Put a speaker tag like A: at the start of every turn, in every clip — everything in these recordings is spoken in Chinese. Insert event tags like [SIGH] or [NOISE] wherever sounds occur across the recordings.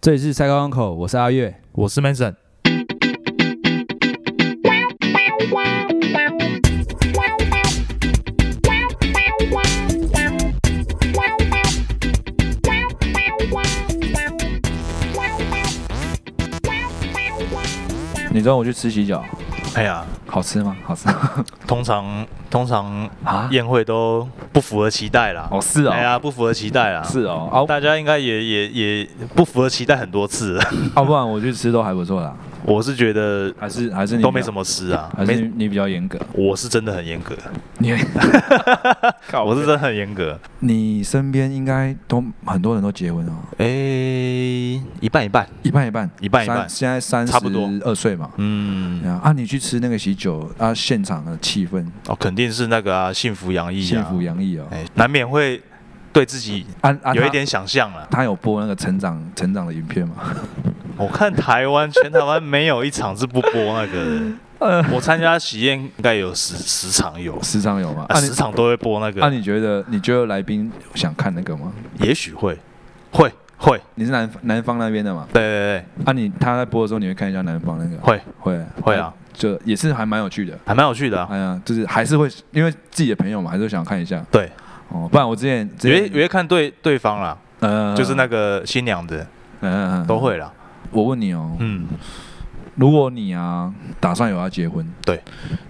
A: 这里是赛高港口，我是阿月。
B: 我是 Mason。
A: 你知道我去吃喜脚，
B: 哎呀，
A: 好吃吗？好吃
B: [LAUGHS] 通常通常
A: 啊？
B: 宴会都不符合期待啦。
A: 哦，是哦，
B: 哎呀，不符合期待啦。
A: 是哦，啊
B: 大家应该也也也不符合期待很多次 [LAUGHS] 了。
A: 啊，不然我去吃都还不错啦，
B: 我是觉得
A: 还是还是你
B: 都没什
A: 么，
B: 么吃啊，
A: 还是
B: 没。
A: 你比较严格。
B: 我是真的很严格，
A: [LAUGHS] 你哦
B: 我是真的很严格。
A: 你身边应该都很多人都结婚哦，
B: 哎、一半一半，
A: 一半一半，
B: 一半一半
A: 三现在三
B: 差不多
A: 十二岁嘛。对
B: 嗯，
A: 啊，啊你去吃那个喜酒啊，现场的气氛
B: 哦，肯定是那个啊，幸福洋溢、啊，
A: 幸福洋溢哦。
B: 哎、难免会对自己
A: 啊啊，
B: 有
A: 他
B: 一点想象了。
A: 他有播那个成长成长的影片吗？ [LAUGHS]
B: 我看台湾全台湾没有一场是不播那
A: [LAUGHS]
B: 个
A: 呃
B: 的，我参加喜宴应该有十十场有，
A: 时常有吗？
B: 啊、
A: 啊你
B: 十场都会播那
A: 啊
B: 个，
A: 你觉得你觉得来宾想看那个吗？
B: 也许会，会会，
A: 你是南南方那边的嘛？
B: 对对
A: 啊你，他在播的时候你会看一下南方那个
B: 对，？会
A: 会
B: 会啊，
A: 就也是还蛮有趣的。
B: 还蛮有趣的啊。
A: 哎呀，就是还是会因为自己的朋友嘛，还是会想看一下
B: 对，
A: 哦。不然我之前
B: 有
A: 之
B: 些有
A: 前
B: 些看对对方啦，
A: 呃
B: 就是那个新娘的
A: 嗯嗯
B: 都。会啦。
A: 我问你哦，
B: 嗯，
A: 如果你啊打算有要结婚，
B: 对，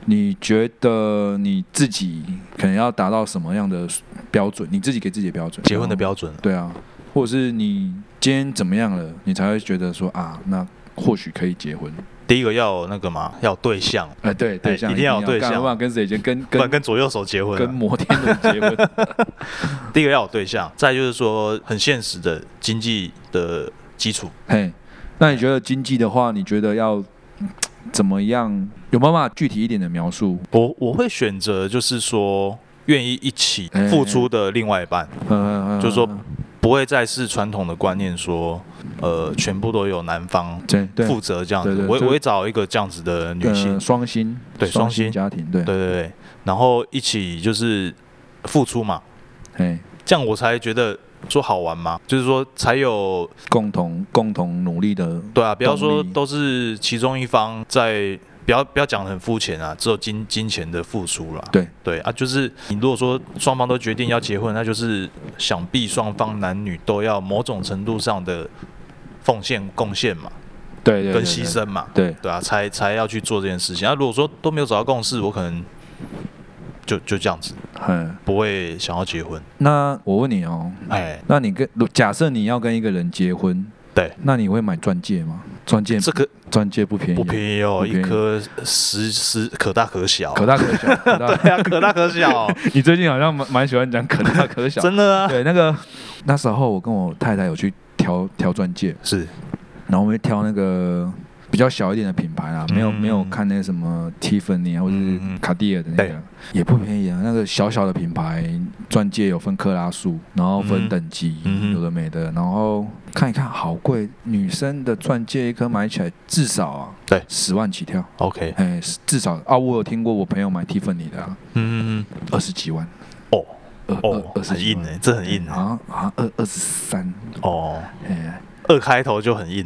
A: 你觉得你自己可能要达到什么样的标准？你自己给自己的标准？
B: 结婚的
A: 准？
B: 标准，
A: 对啊，或者是你今天怎么样了，你才会觉得说啊，那或许可以结婚。
B: 第一个要有那个嘛，要有对象，
A: 哎，对，对象
B: 一定要有对
A: 干
B: 象
A: 不然跟谁结？跟
B: 不然
A: 跟
B: 跟左右手结婚
A: 跟
B: 啊。
A: 摩天轮结 [LAUGHS] 婚？
B: 第一个要有对象，再就是说很现实的经济的基础。
A: 嘿，那你觉得经济的话，你觉得要嗯怎么样？有没有办法具体一点的描述？
B: 我我会选择就是说愿意一起
A: 哎
B: 付出的另外一半，
A: 嗯，
B: 就是说
A: 嗯嗯
B: 不会再是传统的观念说，呃，全部都由男方
A: 对对，
B: 负责这样
A: 对
B: 子
A: 对。
B: 我
A: 就是
B: 我会找一个这样子的女性
A: 呃，双薪，
B: 对
A: 双
B: 双
A: 薪
B: 薪
A: 家庭，对，
B: 对对对，然后一起就是付出嘛，
A: 嘿，
B: 这样我才觉得说好玩嘛，就是说才有
A: 共同共同努力的，
B: 对啊，不要说
A: 动力
B: 都是其中一方在。不要不要讲得很肤浅啊，只有金金钱的付出啦。
A: 对
B: 对啊，就是你如果说双方都决定要结婚，那就是想必双方男女都要某种程度上的奉献贡献嘛，
A: 对对，
B: 跟
A: 对
B: 牺，牲嘛，
A: 对，对
B: 对啊，才才要去做这件事情。那、啊如果说都没有找到共识，我可能就就这样子，
A: 嗯。
B: 不会想要结婚。
A: 那我问你哦，
B: 哎，
A: 那你跟如假设你要跟一个人结婚，
B: 对，
A: 那你会买钻戒吗？钻戒
B: 哎这个
A: 钻戒不便宜，
B: 不便宜哦，
A: 不便宜
B: 一颗十十可大可小，
A: 可大可小，可 [LAUGHS] 大。
B: 对啊， [LAUGHS] 可大可
A: [LAUGHS]
B: 小，
A: 你最近好像蛮蛮喜欢讲可大可小，
B: [LAUGHS] 真的啊，
A: 对，那个那时候我跟我太太有去挑挑钻戒，
B: 是
A: 然后我们就挑那个比较小一点的品牌啦，没有
B: 嗯
A: 没有看那个什么 Tiffany 啊，或者是
B: 嗯嗯
A: 卡地尔的那个
B: 对，
A: 也不便宜啊。那个小小的品牌钻戒有分克拉数，然后分
B: 嗯
A: 等级，
B: 嗯哼
A: 有的没的，然后看一看好贵，女生的钻戒一颗买起来至少啊，
B: 对
A: 十万起跳，
B: OK，
A: 哎，至少啊，我有听过我朋友买 Tiffany 的啊，
B: 嗯嗯嗯，
A: 二十几万，
B: 哦
A: 二
B: 哦
A: 二，二十
B: 很
A: 几
B: 硬
A: 万啊
B: 哎、这很硬、
A: 好像好像二二十三，
B: 哦，
A: 哎，
B: 二开头就很硬，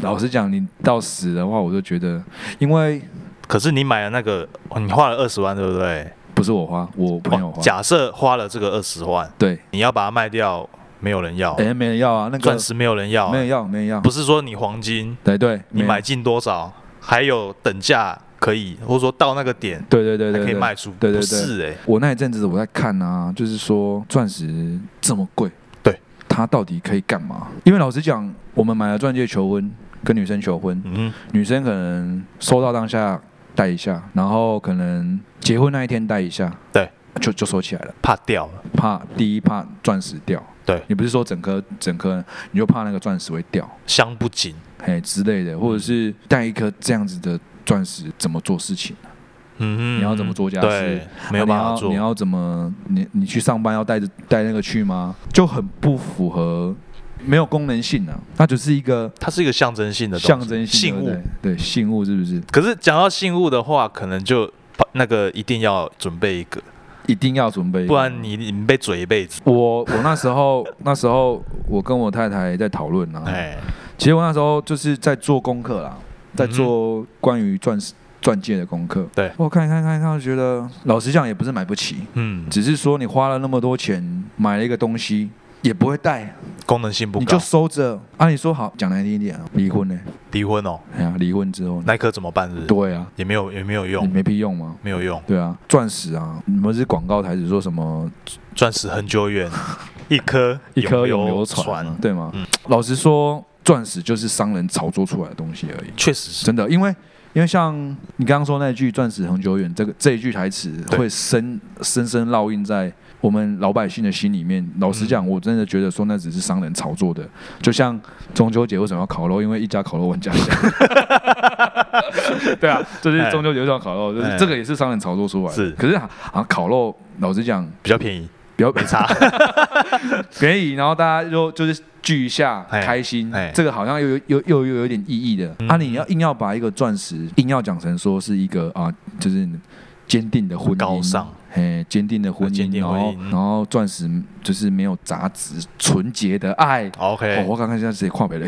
A: 老实讲，你到死的话，我就觉得，因为
B: 可是你买了那个，哦你花了二十万，对不对？
A: 不是我花，我朋友
B: 哦
A: 花，
B: 假设花了这个二十万，
A: 对，
B: 你要把它卖掉，没有人要，
A: 哎，没人要啊，那个
B: 哦钻、石没有人要，
A: 没人要，没人要，
B: 不是说你黄金，
A: 对对，
B: 你
A: 没
B: 买进多少，还有等价可以，或者说到那个点
A: 对对对
B: 还
A: 对，
B: 可以
A: 对
B: 卖出，
A: 对对
B: 不
A: 对
B: 是哎、
A: 我那一阵子我在看啊，就是说钻石这么贵，
B: 对，
A: 它到底可以干嘛？因为老实讲，我们买了钻戒求婚，跟女生求婚，
B: 嗯
A: 女生可能收到当下戴一下，然后可能结婚那一天戴一下，
B: 对，
A: 就就收起来了。
B: 怕掉了，
A: 怕第一怕钻石掉，
B: 对
A: 你不是说整颗整颗，你就怕那个钻石会掉，
B: 镶不紧，
A: 嘿之类的，或者是带一颗这样子的钻石怎么做事情？
B: 嗯
A: 你要怎么做家事啊
B: 对，没有办法做，
A: 你要你要怎么你你去上班要带着带那个去吗？就很不符合，没有功能性啊，它只是一个
B: 它是一个象征性的东西
A: 象征性
B: 信
A: 对
B: 物
A: 不。对对信物是不是
B: 可是讲到信物的话，可能就那个一定要准备一个，
A: 一定要准备？
B: 不然你你被嘴一辈子。
A: [LAUGHS] 我我那时候那时候我跟我太太在讨论啊，
B: 哎，嗯
A: 其实我那时候就是在做功课啦，在做关于钻石钻戒的功课。
B: 对
A: 我看一看看一看，我觉得老实讲也不是买不起，
B: 嗯，
A: 只是说你花了那么多钱买了一个东西。也不会戴，
B: 功能性不
A: 你就
B: 高，
A: 收着。啊，你说好，讲难听一点啊，离婚呢、
B: 离婚哦，
A: 哎呀，离婚之后呢？
B: 那一刻怎么办？是不是
A: 对啊，
B: 也没有也没有
A: 你
B: 用，
A: 没屁用吗？
B: 没有用，
A: 对啊，钻石啊，你们是广告台词说什么
B: 钻石很久远，一颗
A: [LAUGHS] 一颗
B: 永
A: 永
B: 流
A: 流
B: 传
A: 传嘛，，对吗
B: 嗯？
A: 老实说，钻石就是商人炒作出来的东西而已，
B: 确实是，
A: 真的，因为。因为像你刚刚说那句“钻石恒久远”，这个这一句台词
B: 对
A: 会深深深烙印在我们老百姓的心里面。老实
B: 嗯
A: 讲，我真的觉得说那只是商人炒作的。就像中秋节为什么要烤肉？因为一家烤肉万家 [LAUGHS] 香。对啊，就是中秋节为什么要烤肉？就是
B: 哎
A: 这个也是商人炒作出来的。
B: 是
A: 可是啊，啊烤肉老实讲
B: 比较便宜，
A: 比较
B: 没 [LAUGHS] 差，
A: 便宜，然后大家就就是聚一下，
B: 哎
A: 开心
B: 哎，
A: 这个好像又有又又又有点意义的。
B: 嗯
A: 啊，你要硬要把一个钻石硬要讲成说是一个啊，就是坚定的婚姻，
B: 高尚，
A: 嘿，坚定的婚
B: 坚
A: 姻，
B: 定
A: 然
B: 婚姻
A: 后
B: 嗯
A: 然后钻石就是没有杂质，纯洁的爱。哦，
B: OK，
A: 我刚看一下谁跨北了，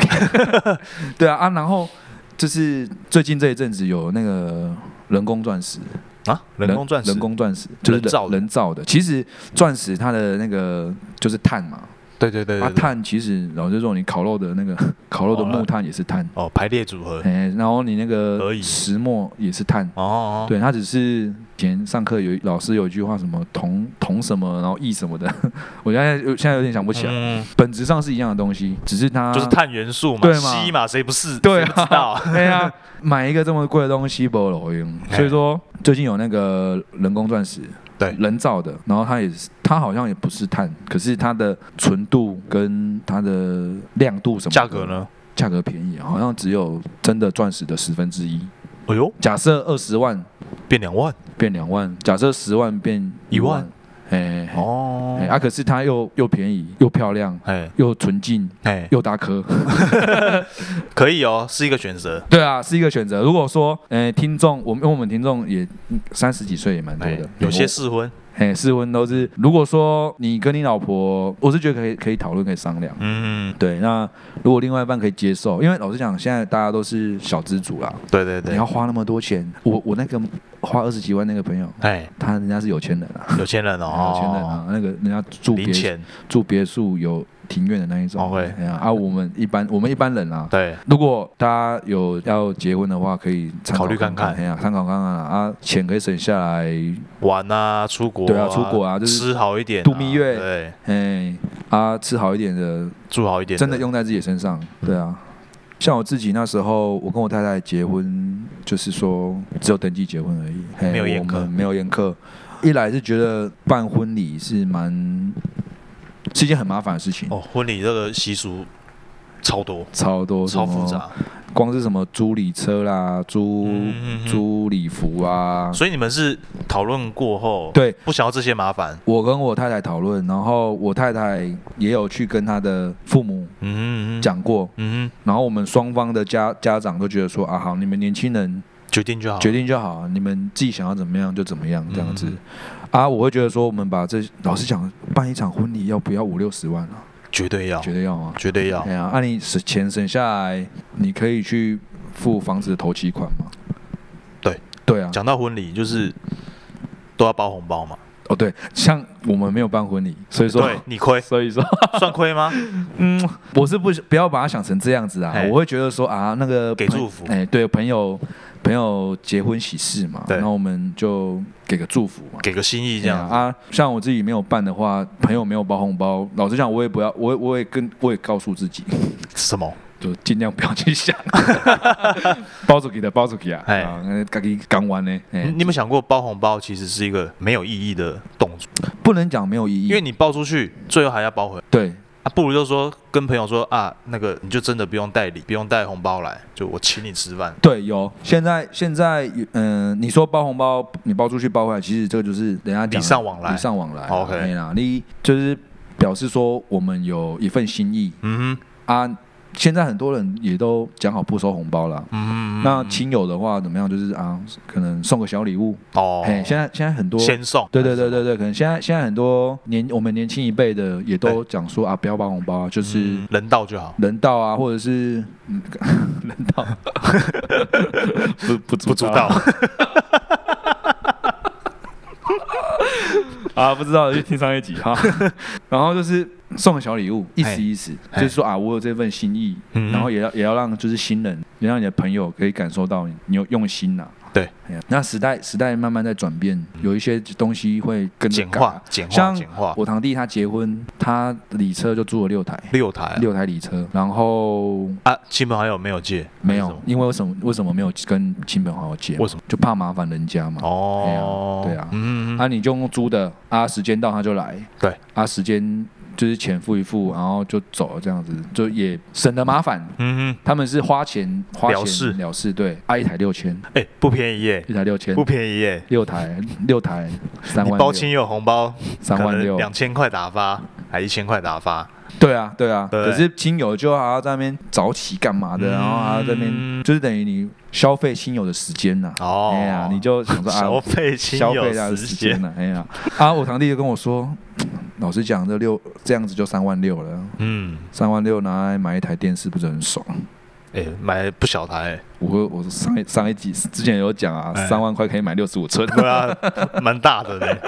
A: [LAUGHS] 对啊啊，然后就是最近这一阵子有那个人工钻石，
B: 啊，人工钻石，
A: 人工钻石就是
B: 人造的
A: 人造的。其实钻石它的那个就是碳嘛，
B: 对对对
A: 啊，
B: 对对，
A: 碳其实老实说，你烤肉的那个 [LAUGHS] 烤肉的木炭也是碳，
B: 哦，排列组合，
A: 哎、然后你那
B: 而
A: 个
B: 已
A: 石墨也是碳，
B: 哦，
A: 对，它只是以前上课有老师有一句话什么同同什么，然后异什么的， [LAUGHS] 我现在有现在有点想不起来，啊
B: 嗯，
A: 本质上是一样的东西，只是它
B: 就是碳元素嘛，
A: 对嘛
B: 硒嘛，谁不是？
A: 对
B: 谁不知道
A: [LAUGHS] 啊，，对啊，买一个这么贵的东西不容易，
B: 哎
A: 所以说最近有那个人工钻石，
B: 对
A: 人造的，然后它也是，它好像也不是碳，可是它的纯度跟它的亮度什么的
B: 价格呢？
A: 价格便宜，好像只有真的钻石的十分之一。
B: 哎呦，
A: 假设二十万
B: 变两万
A: 变两万，假设十万变
B: 一
A: 一
B: 万
A: 万，哎、
B: 哦
A: 哎，啊，可是它又又便宜，又漂亮，
B: 哎
A: 又纯净，
B: 哎，
A: 又大颗。
B: 可以哦，是一个选择，
A: 对啊，是一个选择。如果说，呃，听众，我们因为我们听众也三十几岁也蛮多
B: 哎
A: 的，，
B: 有些
A: 我
B: 试婚，
A: 哎试婚都是。如果说你跟你老婆，我是觉得可以可以讨论，可以商量。
B: 嗯，
A: 对，那如果另外一半可以接受，因为老实讲，现在大家都是小资族啦，
B: 对对
A: 你
B: 对
A: 要，花那么多钱，我我那个花二十几万那个朋友，
B: 哎，
A: 他人家是有钱人啊，
B: 有钱人哦，
A: [LAUGHS] 有钱人啊，那个人家住
B: 零
A: 别
B: 钱，哦
A: 住别墅有庭院的那一种。
B: OK
A: 哎呀啊，我们一般我们一般人啊，
B: 对，
A: 如果大家有要结婚的话，可以参
B: 考虑看看
A: 哎呀，参考看看啊啊，钱可以省下来，
B: 玩啊，出国，
A: 对啊出国啊就是
B: 吃好一点啊，
A: 度蜜月
B: 对，
A: 哎啊，吃好一点的，
B: 住好一点，
A: 真的用在自己身上，
B: 嗯
A: 对啊。像我自己那时候，我跟我太太结婚，就是说只有登记结婚而已，嘿
B: 没有宴客
A: 我们没有宴客。一来是觉得办婚礼是蛮是一件很麻烦的事情，
B: 哦，婚礼这个习俗超多，
A: 超多
B: 超复，杂，
A: 光是什么租礼车啦、租、
B: 嗯嗯嗯
A: 租礼服啊，
B: 所以你们是讨论过后，
A: 对，
B: 不想要这些麻烦，
A: 我跟我太太讨论，然后我太太也有去跟她的父母
B: 嗯嗯，嗯，
A: 讲过，
B: 嗯
A: 然后我们双方的家家长都觉得说啊，好，你们年轻人
B: 嗯，决定就好，
A: 决定就好，你们自己想要怎么样就怎么样这样子
B: 嗯。
A: 啊，我会觉得说，我们把这老实讲，办一场婚礼要不要五六十万啊？
B: 绝对要，
A: 觉得要吗？
B: 绝对要
A: 哎，呀，啊，你省钱省下来，你可以去付房子的头期款吗？
B: 对，
A: 对啊，
B: 讲到婚礼就是都要包红包嘛，
A: 哦对，像我们没有办婚礼，所以说，
B: 对你亏 [LAUGHS]
A: 所以说。
B: 算亏吗？
A: 嗯，我是不不要把它想成这样子啊
B: 嘿，
A: 我会觉得说啊，那个
B: 给
A: 朋
B: 祝福
A: 哎、对，朋友朋友结婚喜事嘛，
B: 对
A: 然后我们就给个祝福嘛，
B: 给个心意
A: [LAUGHS]
B: 这
A: 对啊
B: 样子，
A: 啊。像我自己没有办的话，朋友没有包红包，老实讲，我也不要，我也我也跟我也告诉自己，
B: 什么？
A: 就尽量不要去
B: [LAUGHS]
A: 想，包出去的包出去啊，
B: 嘿嗯
A: 啊，自己讲完呢，哎、
B: 你你有没有想过包红包其实是一个没有意义的动作，
A: 不能讲没有意义，
B: 因为你包出去最后还要包回来。
A: 对
B: 啊，不如就说跟朋友说啊，那个你就真的不用带礼，不用带红包来，就我请你吃饭。
A: 对，有现在现在嗯、你说包红包，你包出去包回来，其实这个就是人家讲的
B: 礼尚往来
A: 礼尚往来啊。
B: OK
A: 哎呀你就是表示说我们有一份心意
B: 嗯哼，
A: 啊，现在很多人也都讲好不收红包啦。
B: 嗯，
A: 那亲友的话怎么样？就是啊，可能送个小礼物。
B: 哦，
A: 哎，现在现在很多
B: 先送，
A: 对对对对对，可能现在现在很多年我们年轻一辈的也都讲说啊，不要包红包啊，就是
B: 嗯，人道就好，
A: 人道啊，或者是 [LAUGHS] 嗯人道不 [LAUGHS] 不
B: 不足道， [LAUGHS]
A: 啊，不知道的就听上一集哈。 [LAUGHS] 然后就是送个小礼物，意思意思，
B: 哎
A: 就是说啊，我有这份心意，
B: 嗯
A: 然后也要也要让就是新人，也让你的朋友可以感受到你你有用心呐、
B: 对嗯
A: 哎呀，那时代时代慢慢在转变，有一些东西会跟着
B: 简
A: 改
B: 化。简化
A: 嗯像
B: 简化，
A: 我堂弟他结婚，他礼车就租了六台，
B: 六台啊
A: 六台礼车，然后
B: 啊，亲朋好友没有借，
A: 没
B: 还是
A: 有
B: 什么，
A: 因为为什么为什么没有跟亲朋好友借？
B: 为什么？
A: 就怕麻烦人家嘛。
B: 哦，
A: 对啊对啊
B: 嗯，
A: 啊，你就用租的，啊，时间到他就来，
B: 对，
A: 啊，时间就是钱付一付，然后就走，这样子就也省得麻烦。
B: 嗯
A: 他们是花钱花
B: 了事
A: 钱了事，对，啊，一台六千，
B: 哼，哎，不便宜耶，
A: 一台六千
B: 不，便宜耶，
A: 六台六台三
B: 你
A: 万
B: 包
A: 六，
B: 亲友红包
A: 三
B: 可
A: 万
B: 能
A: 六，
B: 两千块打发，还一千块打发，
A: 对啊，对啊。
B: 对
A: 可是亲友就还要在那边早起干嘛的，
B: 嗯
A: 然后还要在那边，就是等于你消费亲友的时间呐。
B: 哦
A: 哎呀，你就想说
B: [LAUGHS] 消
A: 啊，
B: 费亲
A: 消
B: 友
A: 费他的
B: 时
A: 时
B: 间
A: 间，呐，哎呀，啊，我堂弟就跟我说，嗯老实讲，这六这样子就三万六了。
B: 嗯，
A: 三万六拿来买一台电视，不是很爽？
B: 哎，买不小台耶，
A: 我会我上一上一集之前有讲啊
B: 哎，
A: 三万块可以买六十五寸 [LAUGHS]
B: 对啊，蛮大的嘞，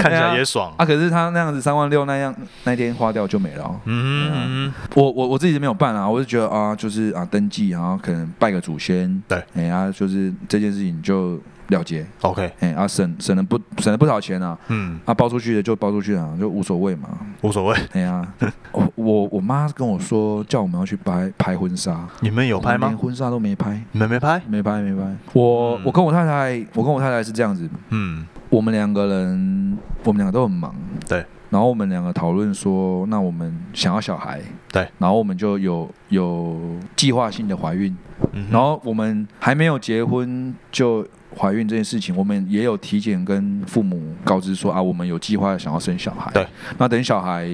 B: 看起来也爽，
A: 啊，可是他那样子三万六那样那天花掉就没了哦。
B: 嗯，嗯
A: 我我我自己是没有办啊，我就觉得啊，就是啊登记，然后可能拜个祖先，
B: 对，
A: 哎呀、啊，就是这件事情就了结，
B: ，OK，
A: 哎啊省省了不省了不少钱啊，
B: 嗯，
A: 啊包出去的就包出去啊，就无所谓嘛，
B: 无所谓。
A: 哎呀、我我我妈跟我说叫我们要去拍拍婚纱，
B: 你们有拍
A: 我们连
B: 吗？
A: 婚纱都没拍，
B: 你们没拍？
A: 没拍没拍。我、
B: 嗯
A: 我跟我太太，我跟我太太是这样子，
B: 嗯，
A: 我们两个人，我们两个都很忙，
B: 对。
A: 然后我们两个讨论说，那我们想要小孩，
B: 对。
A: 然后我们就有有计划性的怀孕，
B: 嗯哼
A: 然后我们还没有结婚就怀孕这件事情，我们也有体检跟父母告知说啊，我们有计划想要生小孩。
B: 对。
A: 那等小孩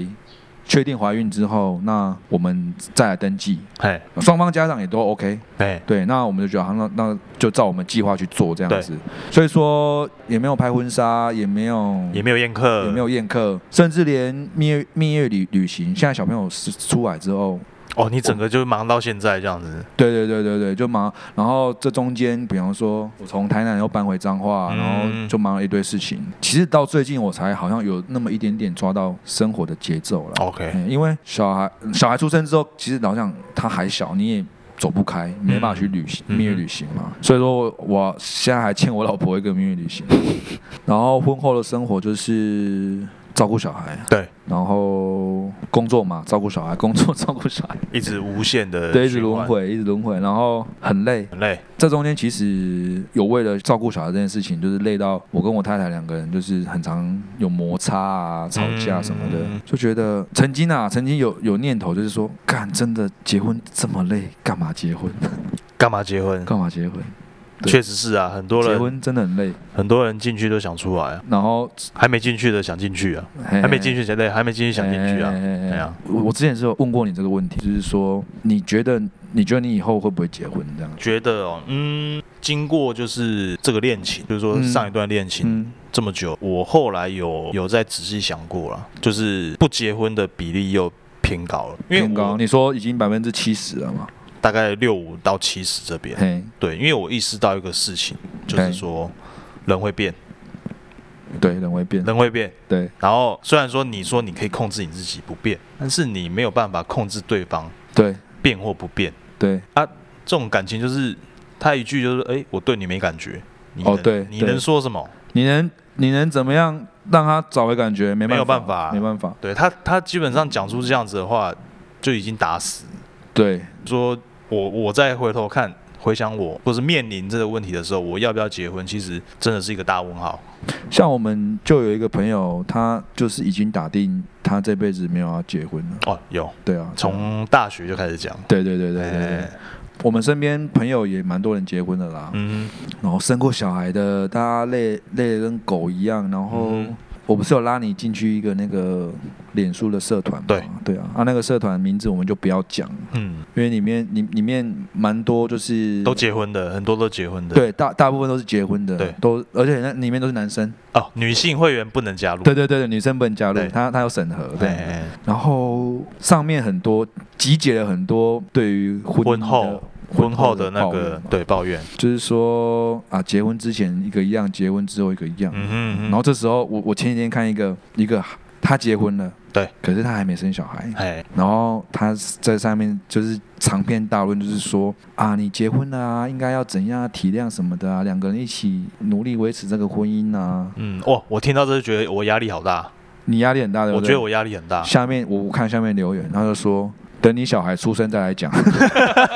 A: 确定怀孕之后，那我们再来登记，
B: 哎
A: 双方家长也都 OK。
B: 哎，
A: 对，那我们就觉得好，那那就照我们计划去做这样子。所以说也没有拍婚纱，也没有
B: 也没有宴客，
A: 也没有宴客，甚至连蜜月蜜月旅旅行，现在小朋友是出来之后。
B: 哦，你整个就忙到现在这样子，
A: 对对对对对，就忙。然后这中间，比方说，我从台南又搬回彰化，
B: 嗯
A: 然后就忙了一堆事情。其实到最近，我才好像有那么一点点抓到生活的节奏了。
B: OK，
A: 嗯因为小孩小孩出生之后，其实老实讲他还小，你也走不开，没办法去旅行、
B: 嗯
A: 蜜月旅行嘛。所以说我我现在还欠我老婆一个蜜月旅行，
B: [LAUGHS]
A: 然后婚后的生活就是照顾小孩，
B: 对，
A: 然后工作嘛，照顾小孩，工作 [LAUGHS] 照顾小孩，
B: 一直无限的，
A: 对，一直轮，回，一直轮回，然后很累。
B: 很累，
A: 这中间其实有为了照顾小孩这件事情，就是累到我跟我太太两个人就是很常有摩擦啊、吵架什么的，
B: 嗯
A: 就觉得曾经啊，曾经有有念头就是说，干真的结婚这么累，干嘛结
B: [LAUGHS]
A: 婚？
B: 干嘛结婚？
A: 干嘛结婚？对
B: 确实是啊，很多
A: 结
B: 人
A: 婚真的很累。
B: 很多人进去都想出来啊，
A: 然后
B: 还没进去的想进去啊，还
A: 还
B: 没进去谁累，还没进去想进去
A: 哎
B: 啊，对啊，
A: 我我之前是有问过你这个问题，就是说你觉得你觉得你以后会不会结婚这样？
B: 觉得哦，嗯，经过就是这个恋情，就是说
A: 嗯
B: 上一段恋情，
A: 嗯，
B: 这么久，我后来有有在仔细想过了，就是不结婚的比例又偏高了，因
A: 变
B: 为
A: 高，
B: 我
A: 你说已经百分之七十了嘛？
B: 大概六五到七十这边，
A: 嘿，
B: 对，因为我意识到一个事情，就是
A: 嘿
B: 说人会变，
A: 对，人会变，
B: 人会变。
A: 对，
B: 然后虽然说你说你可以控制你自己不变，但是你没有办法控制对方
A: 对，
B: 变或不变。
A: 对，
B: 这种感情就是他一句就是，哎，我对你没感觉。你
A: 哦
B: 能
A: 对
B: 你
A: 对
B: 能说什么？
A: 你能你能怎么样让他找回感觉？没
B: 没有
A: 办
B: 办法
A: 没办法。
B: 对他，他基本上讲出这样子的话，就已经打死了
A: 对，
B: 说我我再回头看回想我或是面临这个问题的时候，我要不要结婚，其实真的是一个大问号。
A: 像我们就有一个朋友，他就是已经打定他这辈子没有要结婚了。
B: 哦，有
A: 对啊，
B: 从大学就开始讲，
A: 对对对对对对，
B: 哎
A: 我们身边朋友也蛮多人结婚的啦，
B: 嗯，
A: 然后生过小孩的，大家累累得跟狗一样，然后
B: 嗯
A: 我不是有拉你进去一个那个脸书的社团吗？
B: 对
A: 对啊，啊那个社团名字我们就不要讲，
B: 嗯，
A: 因为里面里里面蛮多就是
B: 都结婚的，很多都结婚的。
A: 对大大部分都是结婚的，
B: 对
A: 都而且那里面都是男生，
B: 哦，女性会员不能加入。
A: 对对对对，女生不能加入
B: 对，
A: 他他有审核
B: 哎，
A: 对。
B: 哎哎
A: 然后上面很多集结了很多对于婚姻
B: 婚
A: 的
B: 后婚后的那
A: 抱
B: 个
A: 怨
B: 对抱怨，
A: 就是说啊，结婚之前一个一样，结婚之后一个一样。
B: 嗯哼嗯哼，
A: 然后这时候我我前几天看一个一个他结婚了，
B: 对，
A: 可是他还没生小孩，
B: 哎，
A: 然后他在上面就是长篇大论，就是说啊，你结婚了啊，应该要怎样啊体谅什么的啊，两个人一起努力维持这个婚姻啊。
B: 嗯，哇，我听到这就觉得我压力好大，
A: 你压力很大，对不
B: 我
A: 对？
B: 觉得我压力很大。
A: 下面我我看下面留言，他就说等你小孩出生再来讲。 [LAUGHS]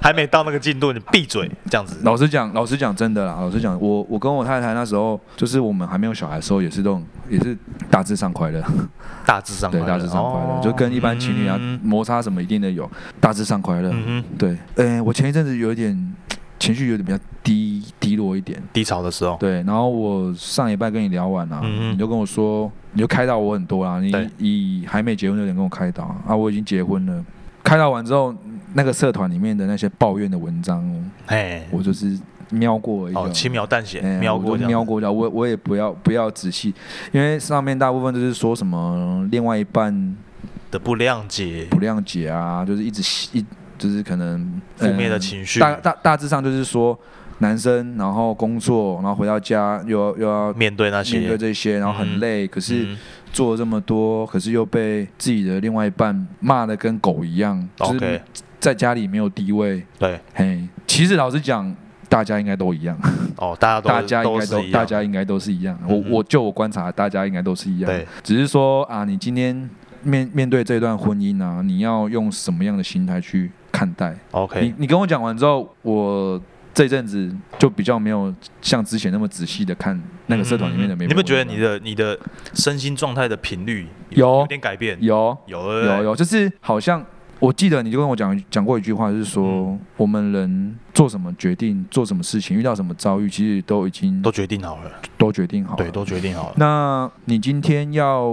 B: 还没到那个进度，你闭嘴这样子。
A: 老实讲，老实讲，真的啦，老实讲，我我跟我太太那时候，就是我们还没有小孩的时候，也是这种，也是大致上快乐，
B: 大致上
A: 对，
B: 快乐
A: 大致上快乐，
B: 哦
A: 就跟一般情侣啊、
B: 嗯
A: 摩擦什么一定的有，大致上快乐，
B: 嗯哼，
A: 对，呃，我前一阵子有一点情绪有点比较低低落一点，
B: 低潮的时候，
A: 对，然后我上礼拜跟你聊完啊，
B: 嗯哼
A: 你就跟我说，你就开导我很多啦，啊你
B: 对
A: 以还没结婚的人跟我开导啊啊，我已经结婚了，开导完之后，那个社团里面的那些抱怨的文章，
B: 哎，
A: 我就是瞄过一个。
B: 哦，轻描淡写
A: 哎，
B: 瞄
A: 我
B: 过
A: 就
B: 这
A: 瞄
B: 样子。
A: 过掉，我我也不要不要仔细，因为上面大部分就是说什么另外一半
B: 的不谅解，
A: 不谅解啊，就是一直吸一就是可能
B: 负面的
A: 呃
B: 情绪，
A: 大大大致上就是说男生然后工作，然后回到家又要又要
B: 面对那些
A: 面对这些，然后很累，可是
B: 嗯
A: 做了这么多，可是又被自己的另外一半骂的跟狗一样，就
B: OK
A: 是在家里没有地位。
B: 对
A: 嘿，其实老实讲，大家应该都一样。
B: 哦，大家都
A: [LAUGHS] 大家应
B: 都
A: 该
B: 是
A: 都
B: 一样
A: 大家应该都是一样。
B: 嗯哼
A: 我我就我观察，大家应该都是一样。
B: 对，
A: 只是说啊，你今天面面对这段婚姻啊，你要用什么样的心态去看待？你
B: OK
A: 你跟我讲完之后，我这阵子就比较没有像之前那么仔细的看那个社团里面的每篇文
B: 嗯
A: 章。
B: 你们觉得你的你的身心状态的频率
A: 有
B: 有点改变？
A: 有
B: 有对不对
A: 有有，就是好像。我记得你就跟我讲讲过一句话，就是说、
B: 嗯
A: 我们人做什么决定、做什么事情、遇到什么遭遇，其实都已经
B: 都
A: 都
B: 决定好了，
A: 都决定好了。
B: 对，都决定好了。
A: 哦那你今天要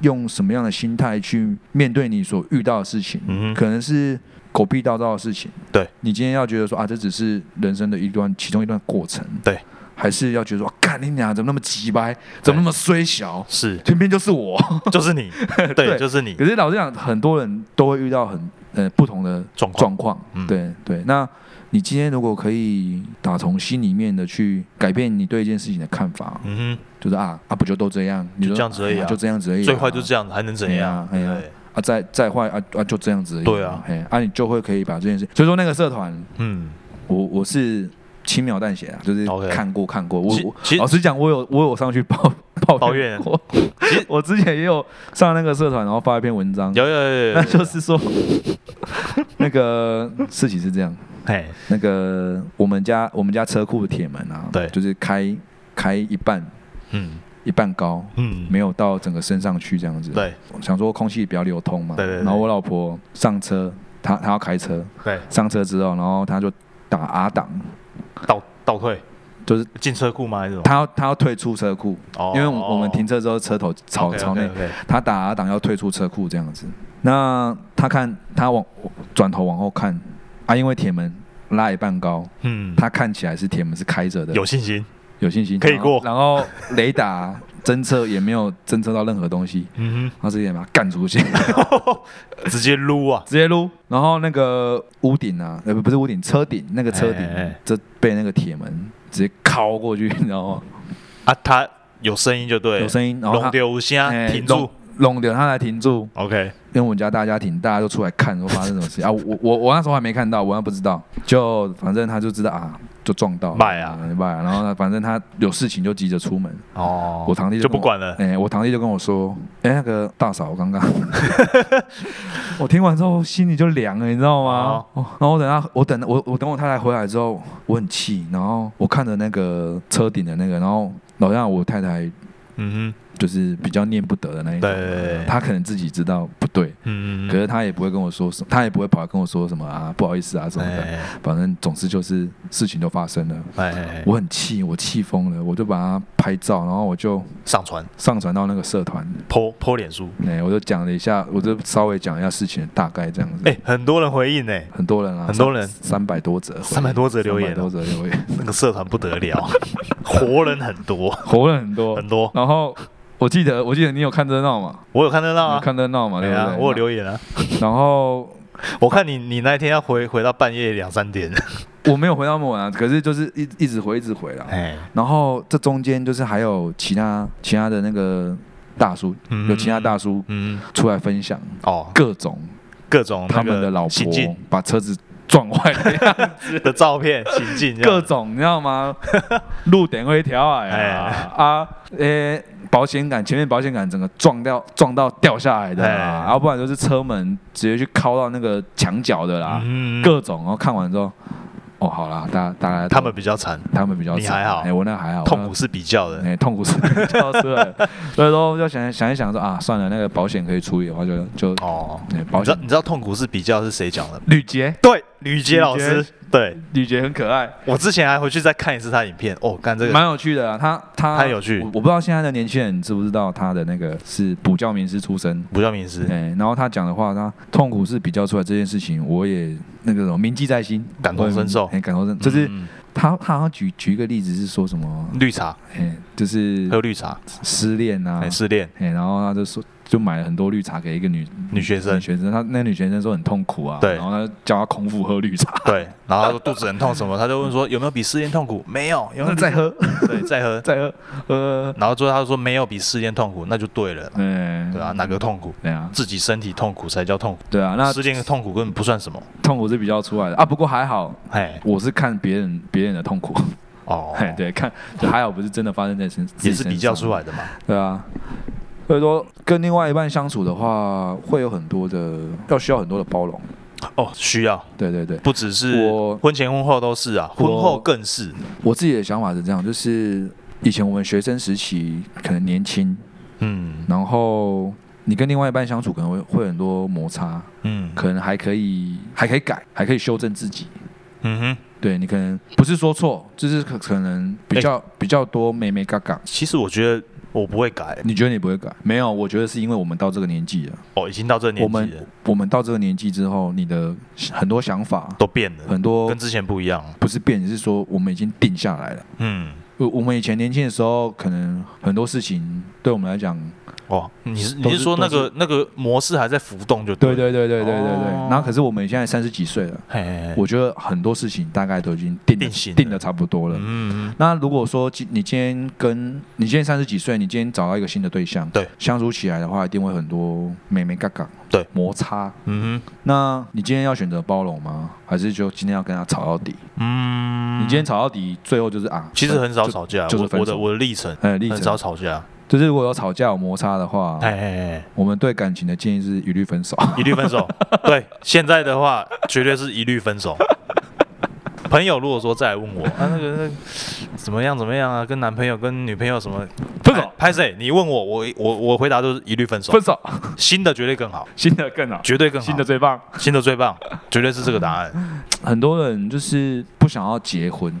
A: 用什么样的心态去面对你所遇到的事情？
B: 嗯哼，
A: 可能是狗屁叨叨的事情。
B: 对，
A: 你今天要觉得说啊，这只是人生的一段其中一段过程。
B: 对，
A: 还是要觉得说，啊干、你俩怎么那么急掰，怎么那么衰小，
B: 是
A: 偏偏就是我。
B: 就是你，
A: [LAUGHS]
B: 对，
A: 对
B: 就是你
A: 可是老实讲，很多人都会遇到很呃不同的
B: 状况。
A: 状况。
B: 嗯
A: 对对，那你今天如果可以打从心里面的去改变你对一件事情的看法，
B: 嗯
A: 就是啊啊，不就都这样，你
B: 就这样子而已啊
A: 哎呀就这样子而已、
B: 哼，最坏就这样，还能怎样？
A: 哎呀哎呀
B: 对不对
A: 啊，再再坏啊啊，就这样子而已、
B: 对啊
A: 哎，啊，你就会可以把这件事，所以说那个社团，
B: 嗯，
A: 我我是轻描淡写啊，就是
B: OK
A: 看过看过，我
B: 其
A: 我
B: 其实
A: 老实讲，我有我有上去抱 [LAUGHS] 抱
B: 抱
A: 怨
B: 怨
A: 过，我之前也有上那个社团，然后发一篇文章，
B: 有有有
A: [LAUGHS]
B: 有，
A: 那
B: 有
A: 就是说那个事情是这样，
B: 哎，
A: 那个我们家我们家车库的铁门啊，
B: 对
A: 就是开开一半
B: 嗯
A: 一半高，
B: 嗯，
A: 没有到整个身上去这样子。，
B: 对
A: 想说空气比较流通嘛。
B: 对对对
A: 然后我老婆上车，她她要开车，
B: 对，
A: 上车之后，然后她就打 R 档，
B: 倒倒退
A: 就是
B: 进车库吗？还是什么？
A: 她要她要退出车库，
B: 哦
A: 因为我我们停车之后车头朝朝内，她打 R 档要退出车库这样子。那她看她往转头往后看啊，因为铁门拉一半高，
B: 嗯，
A: 她看起来是铁门是开着的，
B: 有信心，
A: 有信心
B: 可以
A: 然后
B: 过
A: 然后雷达侦测也没有侦测到任何东西，
B: 嗯
A: 她直接把它干出去。
B: 哼，直接撸啊，
A: 直接撸。然后那个屋顶啊，呃，不不是屋顶，车顶那个车顶，
B: 哎哎哎
A: 这被那个铁门直接敲过去，你知道吗？
B: 啊，他有声音就对了，
A: 有声音，然后
B: 龙
A: 他
B: 丢虾
A: 哎
B: 停住
A: 弄弄掉，他才停住。
B: ，OK，
A: 因为我们家大家庭，大家都出来看，说发生什么事情啊？我我我那时候还没看到，我还不知道，就反正他就知道啊，就撞到，
B: 卖啊
A: 卖啊，然后呢，反正他有事情就急着出门。
B: 哦
A: 我堂弟
B: 就
A: 跟
B: 不
A: 我
B: 管了，
A: 哎、我堂弟就跟我说，哎、那个大嫂，我刚 [LAUGHS] 刚，我听完之后心里就凉了，你知道吗
B: 哦？
A: 哦然后我等他，我等我我等我太太回来之后，我很气，然后我看着那个车顶的那个，然后老让我太太
B: 嗯哼，
A: 就是比较念不得的那一种
B: 对，对对对
A: 他可能自己知道不对，
B: 嗯，嗯嗯
A: 可是他也不会跟我说什么，他也不会跑来跟我说什么啊，不好意思啊什么的。
B: 哎
A: 反正总之就是事情都发生了，
B: 哎哎，
A: 我很气，我气疯了，我就把它拍照，然后我就
B: 上传
A: 上传到那个社团，
B: 泼泼脸书，
A: 哎、我就讲了一下，我就稍微讲一下事情的大概这样子。
B: 哎，很多人回应呢，
A: 很多人啊，
B: 很多人
A: 三百多折回，
B: 300多则留言啊
A: 300多则留言，
B: 那个社团不得
A: [LAUGHS]
B: 了，活人很多
A: 活了很多
B: 很。多，
A: 然后我记得，我记得你有看热闹嘛？
B: 我有看得到
A: 你有
B: 啊，
A: 看热闹嘛？对
B: 对
A: 不
B: 啊，
A: 对？
B: 我有留言啊，
A: 然后
B: 我看你你那一天要回回到半夜两三点，
A: 我没有回他们晚啊，可是就是一一直回，一直回啦。
B: 哎，
A: 然后这中间就是还有其他其他的那个大叔，
B: [LAUGHS] 嗯
A: 有其他大叔
B: 嗯，
A: 出来分享
B: 哦，
A: 各种
B: 各种嗯那
A: 他
B: 个
A: 们的老
B: 行
A: 婆
B: 径
A: 把车子撞坏了，
B: 的照片、行径这样，
A: 各种你知道吗？ [LAUGHS] 路点会调矮啊
B: 哎
A: 啊，诶、保险杆前面保险杆整个撞掉，撞到掉下来的
B: 哎
A: 啊，要不然就是车门直接去敲到那个墙角的啦，
B: 嗯，
A: 啊各种。然后看完之后，哦，好啦，大家大家都
B: 他们比较惨，
A: 他们比较
B: 你还
A: 惨
B: 好
A: 哎、我那还好，
B: 痛
A: 我
B: 苦是比较的
A: 那。哎、痛苦是比
B: [LAUGHS]
A: 较深的，所以说就想想一想说啊，算了，那个保险可以处理的话就就、
B: 哦，
A: 哎
B: 你
A: 保
B: 知道
A: 险。
B: 你知道痛苦是比较是谁讲的吗？
A: 吕杰，
B: 对，吕杰老师
A: 杰。
B: 对
A: 吕杰很可爱，
B: 我之前还回去再看一次他影片，哦，看这个
A: 蛮有趣的啊。他他
B: 太有趣
A: 我我不知道现在的年轻人知不知道他的那个是补教名师出身。
B: 不叫名师，
A: 哎、然后他讲的话，他痛苦是比较出来这件事情，我也那个什么铭记在心，
B: 感同身受
A: 哎、感同身，就是
B: 嗯
A: 他他好像举举一个例子是说什么，
B: 绿茶，
A: 哎、就是
B: 喝绿茶，
A: 失恋啊
B: 哎，，失恋，
A: 哎、然后他就说，就买了很多绿茶给一个女
B: 女学生
A: 女学生，她那女学生说很痛苦啊，
B: 对
A: 然后她叫她空腹喝绿
B: [LAUGHS]
A: 茶，
B: 对，然后他说肚子很痛什么，他就问说有没有比失恋痛苦？
A: [LAUGHS]
B: 没有，有没有
A: 再喝
B: 比？对，再喝，
A: 再喝，呃，
B: 然后最后他说没有比失恋痛苦，那就对了，
A: 哎、
B: 对啊，哪个痛苦？
A: 对啊，
B: 自己身体痛苦才叫痛苦，
A: 对啊，那
B: 失恋的痛苦根本不算什么，
A: 痛苦是比较出来的啊，不过还好。
B: 哎，
A: 我是看别人别人的痛苦，
B: 哦，
A: 哎，对，看就还好不是真的发生在身，自己
B: 也是
A: 身
B: 比较
A: 上
B: 出，来的嘛，
A: 对啊。所以说，跟另外一半相处的话，会有很多的要需要很多的包容，
B: 哦，需要，
A: 对对对。
B: 不只是
A: 我
B: 婚前婚后都是啊，婚
A: 我
B: 后更是，
A: 我自己的想法是这样，就是以前我们学生时期可能年轻，
B: 嗯
A: 然后你跟另外一半相处可能会会很多摩擦，
B: 嗯
A: 可能还可以还可以改，还可以修正自己。
B: 嗯哼。
A: 对你可能不是说错，就是可可能比
B: 哎
A: 较、比较多妹妹嘎嘎。
B: 其实我觉得我不会改，
A: 你觉得你不会改？没有，我觉得是因为我们到这个年纪了。
B: 哦，已经到这个
A: 我
B: 年纪了
A: 们，我们到这个年纪之后，你的很多想法，
B: 都变了，
A: 很多
B: 跟之前不一样。
A: 不是变，是说我们已经定下来了。
B: 嗯，
A: 我我们以前年轻的时候，可能很多事情对我们来讲
B: 哦，你是
A: 都
B: 你
A: 是
B: 是说那
A: 都
B: 个那个模式还在浮动就
A: 对
B: 对了，
A: 对对对对对对。
B: 哦
A: 然后可是我们现在三十几岁了，
B: 嘿嘿嘿
A: 我觉得很多事情大概都已经定得
B: 哎定型了
A: 定的差不多了。
B: 嗯嗯
A: 那如果说今你今天跟你今天三十几岁，你今天找到一个新的对象，
B: 对，
A: 相处起来的话，一定会很多美美嘎嘎，
B: 对，
A: 摩擦。
B: 嗯
A: 那你今天要选择包容吗？还是就今天要跟他吵到底？
B: 哼嗯，
A: 你今天吵到底，最后就是啊，
B: 其实很少
A: 就，
B: 吵架，
A: 就
B: 我
A: 是分
B: 我的
A: 手
B: 我的历程
A: 呃，历
B: 很少
A: 程
B: 吵架，
A: 就是如果有吵架有摩擦的话，
B: 哎哎哎，
A: 我们对感情的建议是一律分手。
B: [LAUGHS] 一律分手。对，现在的话绝对是一律分手。朋友如果说再来问我啊，那个那个怎么样怎么样啊，跟男朋友跟女朋友什么
A: 分手，
B: 拍谁？你问我，我我我回答都是一律分手。
A: 手， [LAUGHS]
B: 新的绝对更好，
A: 新的更好，
B: 绝对更好，
A: 最棒。
B: 新的最棒，绝对是这个答案。
A: 很多人就是不想要结婚，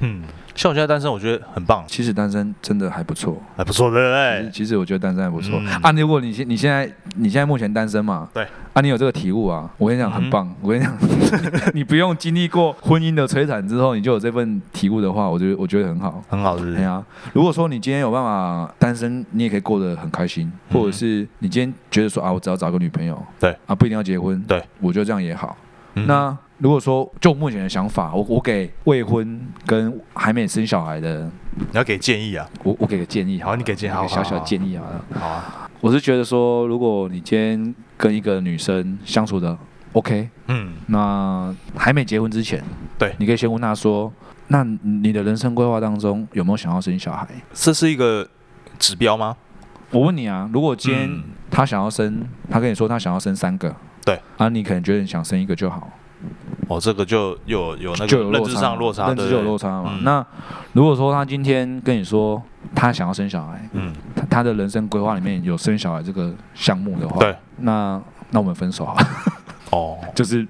B: 嗯，像我现在单身，我觉得很棒，
A: 其实单身真的还不错。
B: 还不错，对不
A: 其实
B: 对？
A: 其实我觉得单身还不错、
B: 哎嗯
A: 啊。如果你现你现在你现在目前单身嘛，
B: 对嗯
A: 啊，你有这个体悟啊，我跟你讲很棒。我跟你讲， [LAUGHS] 你不用经历过婚姻的摧残之后，你就有这份体悟的话，我觉得我觉得很好。
B: 很好，是不
A: 哎
B: 是？
A: 呀、如果说你今天有办法单身，你也可以过得很开心，
B: 嗯
A: 或者是你今天觉得说啊，我只要找个女朋友，
B: 对
A: 啊，不一定要结婚，
B: 对，
A: 我觉得这样也好。
B: 嗯
A: 那如果说就我目前的想法，我我给未婚跟还没生小孩的，
B: 你要给建议啊，
A: 我我给个建议好了，
B: 好你给建议
A: 我
B: 好
A: 个小
B: 好
A: 小
B: 好
A: 建议好了。
B: 好啊，
A: 我是觉得说，如果你今天跟一个女生相处的 OK，
B: 嗯，
A: 那还没结婚之前，
B: 对
A: 你可以先问她说，那你的人生规划当中有没有想要生小孩？
B: 这是一个指标吗？
A: 我问你啊，如果今天
B: 嗯
A: 她想要生，她跟你说她想要生三个，
B: 对
A: 啊，你可能觉得你想生一个就好，
B: 哦，这个就有有那
A: 就
B: 个
A: 有
B: 认
A: 落
B: 知
A: 差，
B: 上落差，
A: 认
B: 对
A: 知
B: 不
A: 就
B: 对
A: 有落差嘛。
B: 嗯
A: 那如果说她今天跟你说她想要生小孩，
B: 嗯，
A: 她他的人生规划里面有生小孩这个项目的话，
B: 对，
A: 那那我们分手好了， [LAUGHS]
B: 哦，
A: 就是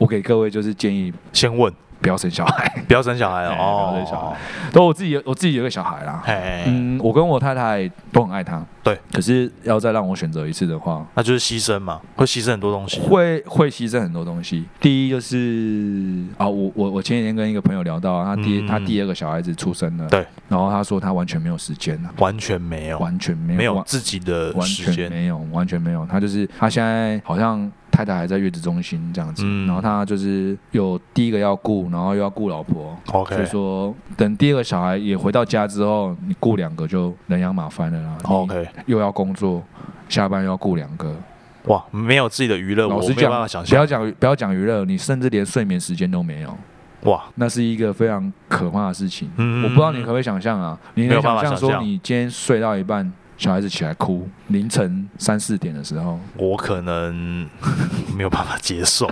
A: 我给各位就是建议
B: 先问，
A: 不要生小孩。 [LAUGHS]
B: 不要生小孩了
A: 哎
B: 哦，
A: 不要生小孩，都我自己有我自己有个小孩啦，
B: 哎，
A: 嗯，我跟我太太都很爱他，
B: 对，
A: 可是要再让我选择一次的话，
B: 那就是牺牲嘛，会牺牲很多东西，
A: 会会牺牲很多东西。第一就是啊，我我我前几天跟一个朋友聊到啊，他第、
B: 嗯
A: 他第二个小孩子出生了，
B: 对，
A: 然后他说他完全没有时间了，
B: 完全没有，
A: 完全哦没有
B: 没有
A: 完
B: 自己的
A: 完
B: 时
A: 全
B: 间，
A: 没有完全没有，他就是他现在好像太太还在月子中心这样子，
B: 嗯
A: 然后他就是有第一个要顾，然后又要顾老婆。所以
B: OK，
A: 说，等第二个小孩也回到家之后，你顾两个就人仰马翻了啦。你
B: OK，
A: 又要工作，下班又要顾两个。
B: 哇，没有自己的娱乐，
A: 老
B: 我
A: 实
B: 没有
A: 讲
B: 办法想，
A: 不要
B: 象，
A: 讲不要讲娱乐，你甚至连睡眠时间都没有，
B: 哇，
A: 那是一个非常可怕的事情。
B: 嗯
A: 我不知道你可不可以想象啊？你
B: 没
A: 能
B: 有办法
A: 想象
B: 想
A: 说
B: 象
A: 你今天睡到一半，小孩子起来哭，凌晨三四点的时候，
B: 我可能 [LAUGHS] 没有办法
A: [LAUGHS]
B: 接受，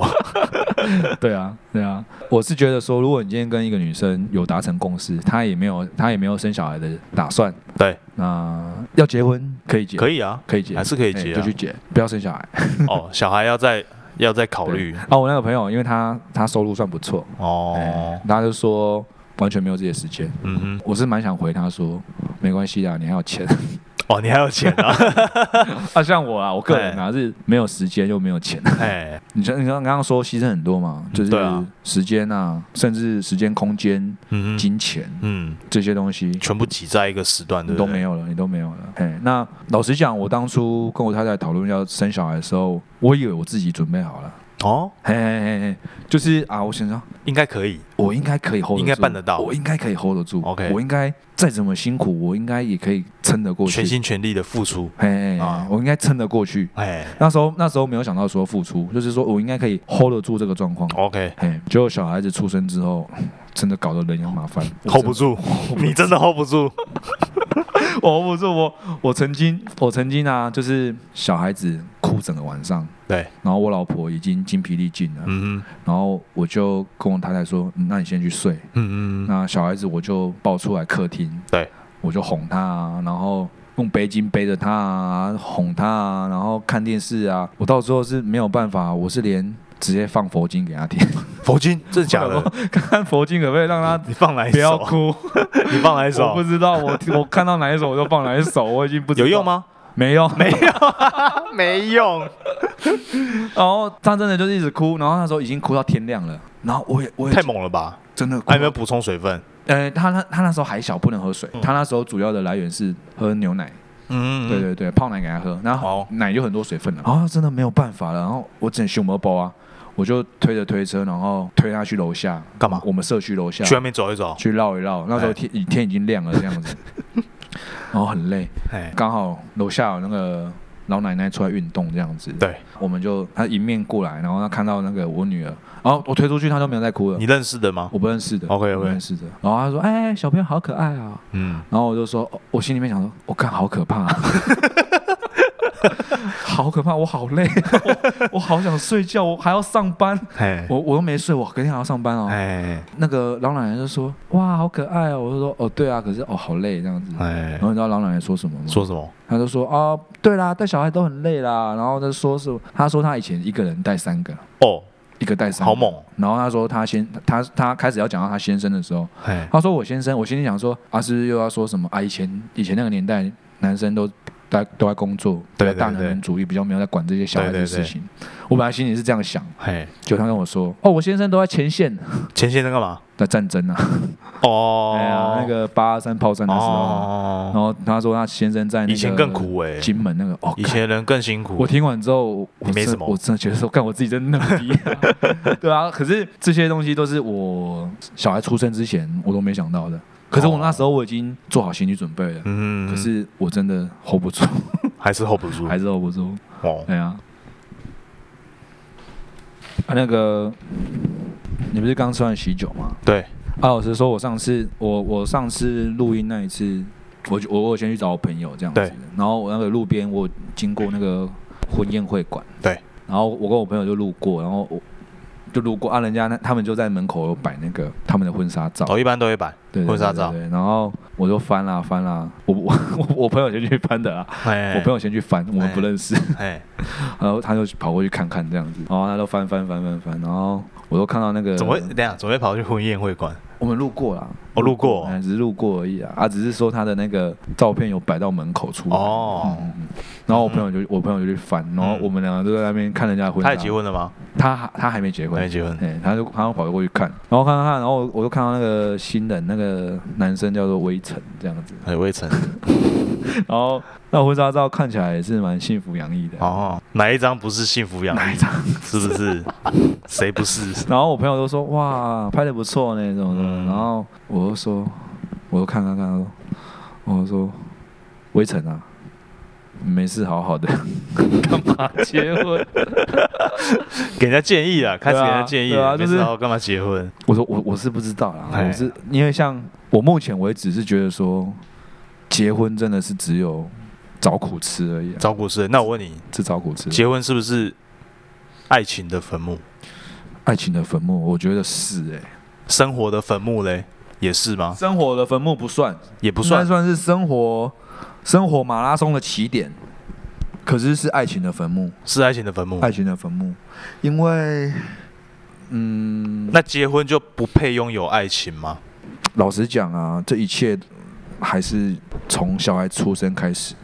A: 对啊，对啊，我是觉得说，如果你今天跟一个女生有达成共识，她也没有她也没有生小孩的打算，
B: 对，
A: 那要结婚可以结，
B: 可
A: 以
B: 以啊，
A: 可以结，
B: 还是可以
A: 哎
B: 结
A: 就
B: 啊
A: 去，结，不要生小孩。
B: 哦，小孩
A: [LAUGHS]
B: 要再要再考虑
A: 啊，我那个朋友，因为他他收入算不错，
B: 哦
A: 哎，，他就说完全没有自己的时间。
B: 嗯哼，
A: 我是蛮想回他说，没关系啊，你还有钱 [LAUGHS]
B: 哦，你还有钱啊，
A: 啊。像我啊，我个人啊是没有时间又没有钱。
B: 哎，
A: 你像你刚刚刚说牺牲很多嘛，就是
B: 对啊
A: 时间啊，甚至时间、空间、
B: 嗯哼，
A: 金钱
B: 嗯，
A: 这些东西
B: 全部挤在一个时段，对
A: 你都
B: 不对
A: 没有了，你都没有了。哎，那老实讲，我当初跟我太太讨论要生小孩的时候，我以为我自己准备好了。
B: 哦，
A: 嘿嘿嘿嘿，就是啊，我想说，
B: 应该可以，
A: 我应该可以 hold，得
B: 应该
A: 住
B: 办得到
A: 我应该可以 hold 得住。
B: OK
A: 我应该再怎么辛苦，我应该也可以撑得过去。
B: 全心全力的付出，
A: 哎，
B: 啊
A: 我应该撑得过去。
B: 哎
A: 那时候那时候没有想到说付出，就是说我应该可以 hold 得住这个状况。
B: ，OK。
A: 哎，结果小孩子出生之后，真的搞得人仰马翻
B: hold 不住，你真的 hold 不住。
A: 我 hold 不住我。我曾经我曾经啊，就是小孩子哭整个晚上，
B: 对，
A: 然后我老婆已经精疲力尽了，
B: 嗯
A: 然后我就跟我太太说：“嗯那你先去睡。”
B: 嗯嗯，
A: 那小孩子我就抱出来客厅，
B: 对，
A: 我就哄他、啊，然后用背巾背着他啊，哄他啊，然后看电视啊。我到时候是没有办法，我是连直接放佛经给他听，
B: 佛经真的假的？
A: 看佛经可不可以让他
B: [LAUGHS] 你放哪一
A: 不要
B: 首？
A: 哭？
B: 你放哪一
A: 我
B: 首
A: 不？知道，我 [LAUGHS] 我看到哪一首我就放哪一首，我已经不知道
B: 有用？吗？
A: 没
B: [LAUGHS]
A: 用，没。
B: 没用。
A: 然后他真的就是一直哭，然后那时候已经哭到天亮了，然后我也我也
B: 太猛了吧？
A: 真的哭
B: 还有没
A: 到
B: 有补充水分？
A: 呃，他他他那时候还小，不能喝水
B: 嗯。
A: 他那时候主要的来源是喝牛奶，
B: 嗯
A: 对对对，泡奶给他喝，然后
B: 好
A: 奶有很多水分了，啊，真的没有办法了，然后我只能熊猫包啊，我就推着推车，然后推他去楼下，
B: 干嘛
A: 我们社区楼下
B: 去外面走一走。
A: 去绕一绕，
B: 哎
A: 那时候天已天已经亮了这
B: [LAUGHS]
A: 样子，然后很累，
B: 哎，
A: 刚好楼下有那个老奶奶出来运动这样子，
B: 对
A: 我们就她迎面过来，然后她看到那个我女儿，然后我推出去，她就没有再哭了
B: 你，认识的吗？
A: 我不认识的
B: OK，OK
A: 我不认识的，然后她说，哎，小朋友好可爱啊、
B: 嗯，
A: 然后我就说，哦我心里面想说，我、看好可怕、啊 [LAUGHS] 好可怕，我好累， [LAUGHS] 我我好想睡觉，我还要上班，
B: 哎
A: 我我又没睡，我隔天还要上班哦。
B: 哎
A: 那个老奶奶就说，哇，好可爱哦。我就说，哦，对啊，可是哦，好累这样子。
B: 哎
A: 然，后你知道老奶奶说什么吗？
B: 说什么？
A: 她就说，哦，对啦，带小孩都很累啦。然后她说是，她说她以前一个人带三个，
B: 哦，
A: 一个带三个
B: 好。猛。
A: 然后她说她先，她她开始要讲到她先生的时候，
B: 哎，
A: 他说我先生，我心里想说，啊是不是又要说什么啊？以前以前那个年代，男生都在都在工作，
B: 对
A: 比较大
B: 对
A: 男
B: 对
A: 人主义，比较没有在管这些小孩
B: 对
A: 的
B: 对
A: 事
B: 对
A: 情。我本来心里是这样想，
B: 嘿，
A: 结果他跟我说，哦，我先生都在前线，
B: 前线在干嘛？
A: 在战争啊，
B: 哦
A: 哎呀，那个八二三炮战的时候啊，然后
B: 哦，
A: 他说他先生在那个
B: 以前更苦哎，
A: 金门那个哦，
B: 以
A: 干
B: 前人更辛苦
A: 我。听完之后，我
B: 没
A: 真
B: 什么
A: 我真的觉得说，干我自己真的很逼、
B: [LAUGHS]
A: 啊，对啊。可是这些东西都是我小孩出生之前我都没想到的。可是我那时候我已经做好心理准备了，
B: 嗯，
A: 可是我真的 hold 不住，
B: 还是 hold 不住。
A: 还是 hold 不住。
B: 哦，
A: 对啊，啊那个，你不是刚吃完喜酒吗？
B: 对，
A: 啊，老实说，我上次我我上次录音那一次，我就我我有先去找我朋友这样子
B: 对，
A: 然后我那个路边我经过那个婚宴会馆，
B: 对，
A: 然后我跟我朋友就路过，然后我就路过啊，人家那他们就在门口有摆那个他们的婚纱照，
B: 我一般都会摆
A: 对对
B: 哦婚纱
A: 对
B: 照
A: 对，对然后我就翻啦翻啦，我我我我朋友先去翻的啊，
B: 哎，
A: 我朋友先去翻，我们不认识， [LAUGHS]
B: 哎，
A: 然后他就跑过去看看这样子，然后他就翻翻翻翻翻，然后我都看到那个
B: 怎么会等一下怎么会跑去婚宴会馆？
A: 我们路过啦，
B: 哦路过
A: 哎只是路过而已啊，啊，只是说他的那个照片有摆到门口出来，
B: 哦，
A: 嗯，嗯嗯然后我朋友就我朋友就去翻，然后
B: 嗯
A: 我们两个就在那边看人家的婚纱，
B: 他也结婚了吗？
A: 他还他还没结婚
B: 还没，结婚，
A: 哎，他就他就跑过去看，然后看看看，然后我我就看到那个新人，那个男生叫做微尘这样子，
B: 哎，未成。
A: 然后那婚纱照看起来也是蛮幸福洋溢的。
B: 哦，哪一张不是幸福洋溢？
A: 哪一张？
B: 是不是？谁不是？
A: 然后我朋友都说哇，拍的不错呢，怎么怎么。
B: 嗯
A: 然后我就说，我就看看看，他说，我就说，微尘啊，没事，好好的， [LAUGHS] 干嘛结婚？
B: 给人家建议啊，开始给人家建议
A: 对啊
B: 了，
A: 就
B: 没
A: 是
B: 事，干嘛结婚？
A: [LAUGHS] 我说我我是不知道啦，
B: 哎
A: 我是因为像我目前为止是觉得说，结婚真的是只有找苦吃而已、啊，
B: 找股市。那我问你，
A: 是找苦吃。
B: 结婚是不是爱情的坟墓，
A: 爱情的坟墓，我觉得是哎、
B: 生活的坟墓嘞？也是吗？
A: 生活的坟墓不算，
B: 也不
A: 应该
B: 算。
A: 算是生活生活马拉松的起点，可是是爱情的坟墓，
B: 是爱情的坟墓。
A: 爱情的坟墓，因为，嗯，
B: 那结婚就不配拥有爱情吗？
A: 老实讲啊，这一切还是从小孩出生开始。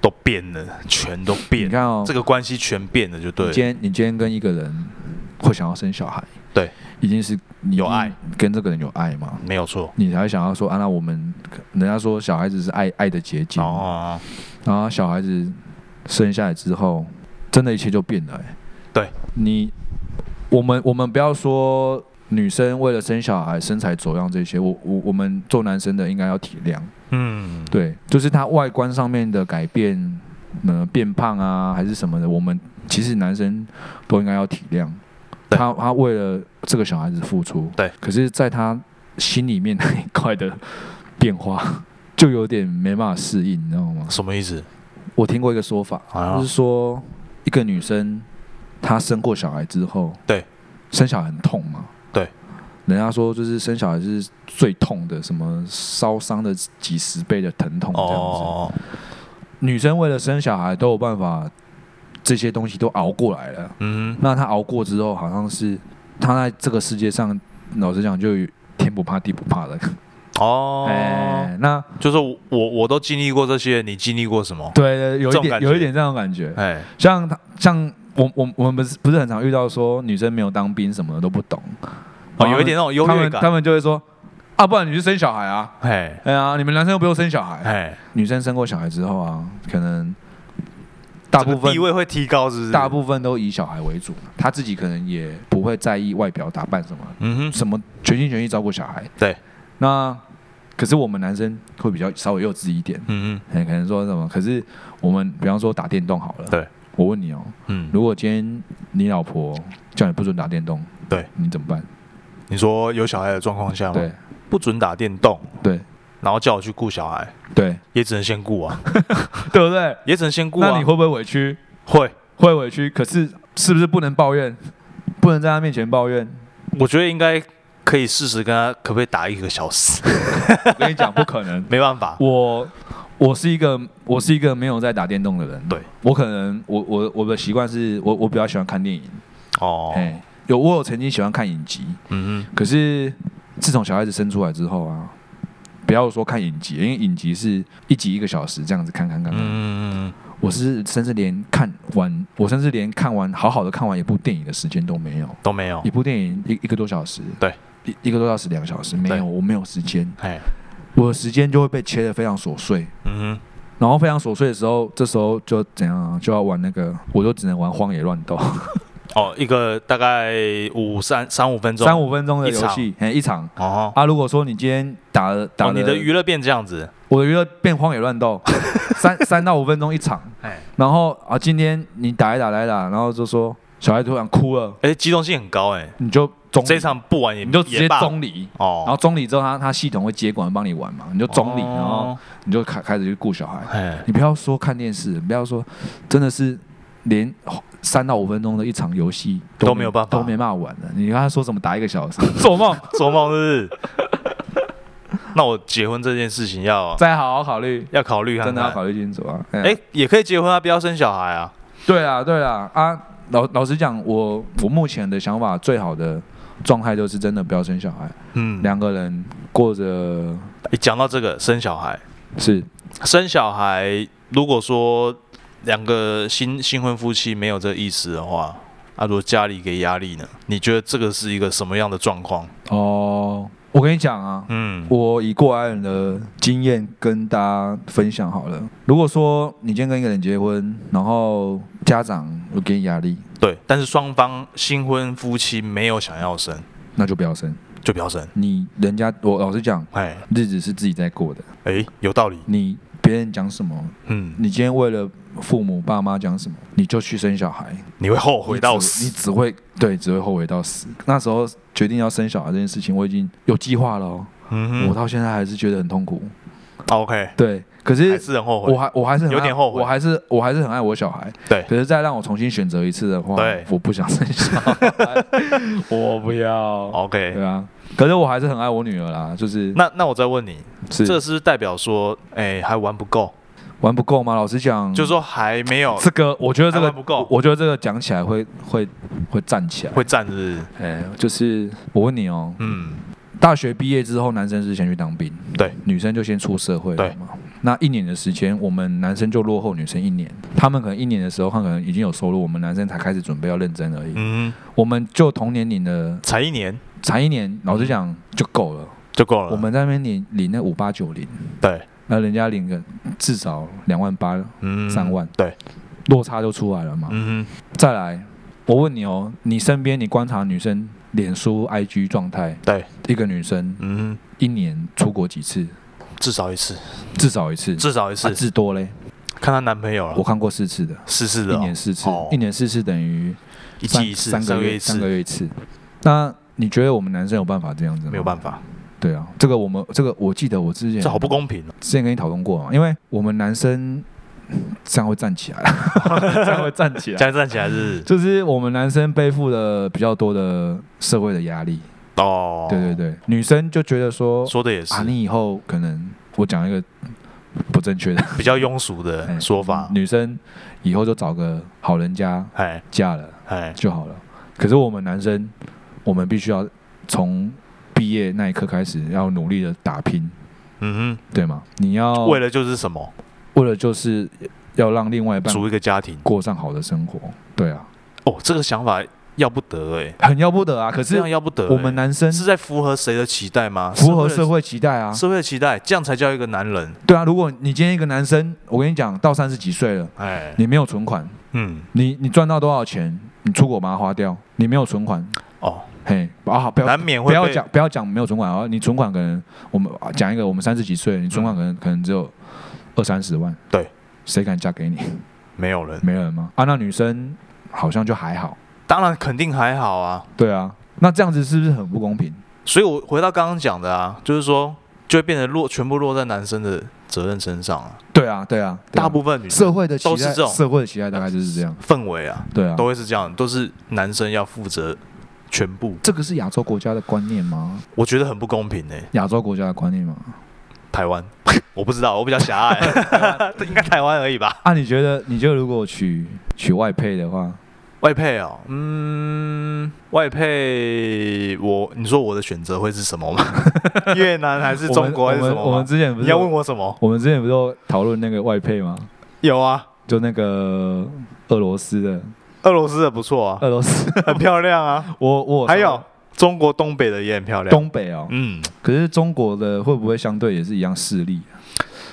B: 都变了，全都
A: 你
B: 变，
A: 看哦，
B: 这个关系全变了，就对
A: 你今
B: 了。
A: 天你今天跟一个人会想要生小孩，
B: 对，
A: 一定是你
B: 有爱，
A: 跟这个人有爱嘛，
B: 没有错。
A: 你才会想要说啊，那我们人家说小孩子是爱爱的结晶，
B: 哦，
A: 然后小孩子生下来之后，真的一切就变了、欸。
B: 对，
A: 你我们我们不要说女生为了生小孩身材走样这些，我我我们做男生的应该要体谅。
B: 嗯，
A: 对，就是他外观上面的改变，嗯、变胖啊还是什么的，我们其实男生都应该要体谅。
B: 对
A: 他他为了这个小孩子付出，
B: 对，
A: 可是在他心里面那一块的变化，就有点没办法适应，你知道吗？
B: 什么意思？
A: 我听过一个说法，
B: 啊
A: 就是说一个女生她生过小孩之后，
B: 对，
A: 生小孩很痛嘛，
B: 对，
A: 人家说就是生小孩是最痛的，什么烧伤的几十倍的疼痛这样子。
B: 哦，
A: 女生为了生小孩都有办法，这些东西都熬过来了。
B: 嗯，
A: 那她熬过之后，好像是她在这个世界上，老实讲就有天不怕地不怕的。
B: 哦，
A: 哎，那
B: 就是我我我都经历过这些，你经历过什么？
A: 对，有
B: 这
A: 一
B: 种
A: 点
B: 感觉
A: 有一点这种感觉。
B: 哎，
A: 像他像我我我们不是不是很常遇到说女生没有当兵什么的都不懂，
B: 哦，有一点那种优
A: 他
B: 越
A: 们他
B: 感，
A: 们就会说啊，不然你去生小孩啊，
B: 哎
A: 哎呀，你们男生又不用生小孩，
B: 哎，
A: 女生生过小孩之后啊，可能大部
B: 这个
A: 分
B: 地位会提高，是不是？
A: 大部分都以小孩为主，她自己可能也不会在意外表打扮什么，
B: 嗯哼，
A: 什么全心全意照顾小孩。
B: 对，
A: 那可是我们男生会比较稍微幼稚一点，
B: 嗯
A: 哎，可能说什么，可是我们比方说打电动好了，
B: 对，
A: 我问你哦，
B: 嗯嗯，
A: 如果今天你老婆叫你不准打电动，
B: 对，
A: 你怎么办？
B: 你说有小孩的状况下吗？
A: 对，
B: 不准打电动，
A: 对，
B: 然后叫我去顾小孩，
A: 对，
B: 也只能先顾
A: [LAUGHS]
B: 啊，
A: 对不对？
B: 也只能先顾啊。
A: 那你会不会委屈？
B: 会？
A: 会委屈，可是是不是不能抱怨？不能在他面前抱怨。
B: 我觉得应该可以试试跟他，可不可以打一个小时？
A: 我跟你讲，不可
B: [LAUGHS]
A: 能。
B: 没办法，
A: 我我是一个我是一个没有在打电动的人。
B: 对，
A: 我可能我我我的习惯是我我比较喜欢看电影。
B: 哦，
A: 哎、有我有曾经喜欢看影集，
B: 嗯
A: 可是自从小孩子生出来之后啊，不要说看影集，因为影集是一集一个小时这样子看看看
B: 哼，
A: 看。
B: 嗯嗯
A: 我是甚至连看完，我甚至连看完好好的看完一部电影的时间都没有，
B: 都没有
A: 一，部电影一一个多小时，
B: 哦对，
A: 一一个多小时两个小时没
B: 对
A: 有，我没有时间，
B: 哎，
A: 我的时间就会被切得非常琐碎，
B: 嗯
A: 然后非常琐碎的时候，这时候就怎样啊、就要玩那个，我就只能玩荒野乱斗，
B: 哼，哦，一个大概五三三五分
A: [LAUGHS]
B: 钟，
A: 三五分钟的
B: 一
A: 游
B: 场
A: 戏，哎，一场。
B: 哦，
A: 啊，如果说你今天打了打
B: 哦，
A: 了、
B: 你的娱乐变这样子，
A: 我的娱乐变荒野乱斗， [LAUGHS] 三三到五分钟一场，
B: [LAUGHS] 哎
A: 然后啊，今天你打一打来打，然后就说小孩突然哭了，
B: 哎，机动性很高哎，
A: 你就中
B: 这一场不玩也
A: 你就直接
B: 也罢
A: 中离，然后
B: 哦，
A: 中离之后他，他系统会接管帮你玩嘛，你就中离，
B: 哦
A: 然后你就开开始去顾小孩。
B: 哎，
A: 你不要说看电视，不要说，真的是连三到五分钟的一场游戏
B: 都没有办法
A: 都没办法玩的。你刚才说什么打一个
B: [LAUGHS]
A: 小时，做梦，
B: 做梦是不是？ [LAUGHS] 那我结婚这件事情要
A: 再好好考虑，
B: 要考虑看
A: 真
B: 看，
A: 的要考虑清楚啊。哎呀
B: 哎、也可以结婚啊，不要生小孩啊。
A: 对啊，对啊，啊，老老实讲，我我目前的想法最好的状态就是真的不要生小孩，
B: 嗯，
A: 两个人过着
B: 诶讲到这个生小孩，
A: 是
B: 生小孩，如果说两个新新婚夫妻没有这意思的话，啊，如果家里给压力呢？你觉得这个是一个什么样的状况？
A: 哦，我跟你讲啊，
B: 嗯，
A: 我以过来人的经验跟大家分享好了。如果说你今天跟一个人结婚，然后家长有给你压力，
B: 对，但是双方新婚夫妻没有想要生，
A: 那就不要生。
B: 就不要生。
A: 你人家我老实讲，
B: 哎
A: 日子是自己在过的，
B: 哎，有道理。
A: 你别人讲什么，
B: 嗯，
A: 你今天为了父母爸妈讲什么，你就去生小孩，
B: 你会后悔到
A: 你
B: 死。
A: 只会对，只会后悔到死。那时候决定要生小孩这件事情，我已经有计划了、哦，
B: 嗯
A: 我
B: 哼
A: 到现在还是觉得很痛苦。
B: ，OK，
A: 对，可
B: 还
A: 是
B: 是很后
A: 我
B: 悔。
A: 还我还是很
B: 有
A: 爱
B: 点后悔
A: 我还是我还是很爱我小孩。
B: 对
A: 可是再让我重新选择一次的话，
B: 对
A: 我不想生小孩， [LAUGHS] 我不要。
B: OK，
A: 对啊，可是我还是很爱我女儿啦，就是
B: 哦那那我再问你，这
A: 是
B: 是不是代表说，哎，还玩不够，
A: 玩不够吗？老实讲，
B: 就是说还没有
A: 嗯这个，我觉得这
B: 还
A: 个
B: 玩不够
A: 我觉得这个讲起来会会会站起来。
B: 会站是不是？
A: 哎，就是我问你哦，
B: 嗯，
A: 大学毕业之后，男生是先去当兵，
B: 对，
A: 女生就先出社会了
B: 对
A: 嘛。那一年的时间，我们男生就落后女生一年。他们可能一年的时候，他可能已经有收入，我们男生才开始准备要认真而已。
B: 嗯，
A: 我们就同年龄的
B: 才一年
A: 才一年，老实讲就够了。
B: 就够了。
A: 我们在那边领领那五八九零，
B: 对，
A: 那人家领个至少两万八，
B: 嗯，
A: 三万
B: 对，
A: 落差就出来了嘛。
B: 嗯
A: 再来，我问你哦，你身边你观察女生脸书、IG 状态，
B: 对，
A: 一个女生
B: 嗯，
A: 一年出国几次？
B: 至少一次，
A: 至少一次，
B: 至少一次
A: 啊，至多嘞。
B: 看她男朋友
A: 我
B: 了，
A: 看过四次的，
B: 四次
A: 一
B: 的哦，
A: 年四次
B: 哦，
A: 一年四次等于
B: 一
A: 三
B: 季一次，
A: 三个
B: 月一
A: 三个
B: 次，
A: 月一次。那你觉得我们男生有办法这样子吗？
B: 没有办法，
A: 对啊，这个我们这个我记得我之前
B: 这好不公平哦。
A: 之前跟你讨论过嘛，因为我们男生这样会站
B: [LAUGHS]
A: 起来，这样会站起来，
B: 现在站起来是
A: 就是我们男生背负了比较多的社会的压力，
B: 哦，
A: 对对对，女生就觉得说
B: 说的也是
A: 啊，你以后可能我讲一个不正确的
B: 比较庸俗
A: 哎
B: 的说法，
A: 女生以后就找个好人家
B: 哎
A: 嫁了
B: 哎，
A: 就好了。可是我们男生，我们必须要从毕业那一刻开始要努力的打拼，
B: 嗯
A: 对吗？你要
B: 哼，为了就是什么，
A: 为了就是要让另外一半
B: 组一个家庭，
A: 过上好的生活，对啊，
B: 哦，这个想法要不得哎，
A: 很要不得啊。可
B: 这
A: 是
B: 样要不得欸，
A: 我们男生
B: 是在啊符合谁的期待吗？
A: 符合社
B: 会
A: 会期待啊
B: 的，社会的期待，这样才叫一个男人，
A: 对啊。如果你今天一个男生，我跟你讲，到三十几岁了，
B: 哎，
A: 你没有存款，
B: 嗯，
A: 你你赚到多少钱，你出国把它花掉，你没有存款，
B: 哦，
A: 嘿，啊，不要
B: 难免会
A: 不要
B: 被
A: 讲不要讲没有存款啊，你存款可能我们啊讲一个，我们三十几岁，你存款可能可能只有二三十万，
B: 对，
A: 谁敢嫁给你？ [LAUGHS]
B: 没有人，
A: 没人吗？啊，那女生好像就还好，
B: 当然肯定还好啊。
A: 对啊，那这样子是不是很不公平？
B: 所以我回到刚刚讲的啊，就是说就会变得落全部落在男生的责任身上啊，
A: 对啊，对啊，对啊
B: 大部分女生
A: 社会的期
B: 都是
A: 待
B: 这，种
A: 社会的期待大概就是这样，
B: 氛围啊，
A: 对啊
B: 都，会是这样，都是男生要负责全部，
A: 这个是亚洲国家的观念吗？
B: 我觉得很不公平呢、
A: 亚洲国家的观念吗？
B: 台湾， [LAUGHS] 我不知道，我比较狭隘，
A: [LAUGHS]
B: 应该台湾而已吧。
A: 啊，你觉得你觉得如果娶娶外配的话，
B: 外配哦，嗯，外配我，你说我的选择会是
A: [LAUGHS]
B: 什么吗？越南还是
A: 我们
B: 中国还是
A: 我
B: 什
A: 们我
B: 么
A: 们
B: 吗？
A: 之前不是
B: 你要问我什么？
A: 我们之前不是都讨论那个外配吗？
B: 有啊，
A: 就那个俄罗斯的，
B: [LAUGHS] 俄罗斯的不错啊，
A: [LAUGHS] 俄罗斯，
B: 很漂亮啊，
A: 我我
B: 还有中国东北的也很漂亮。
A: 东北哦，
B: 嗯，
A: 可是中国的会不会相对也是一样势力啊？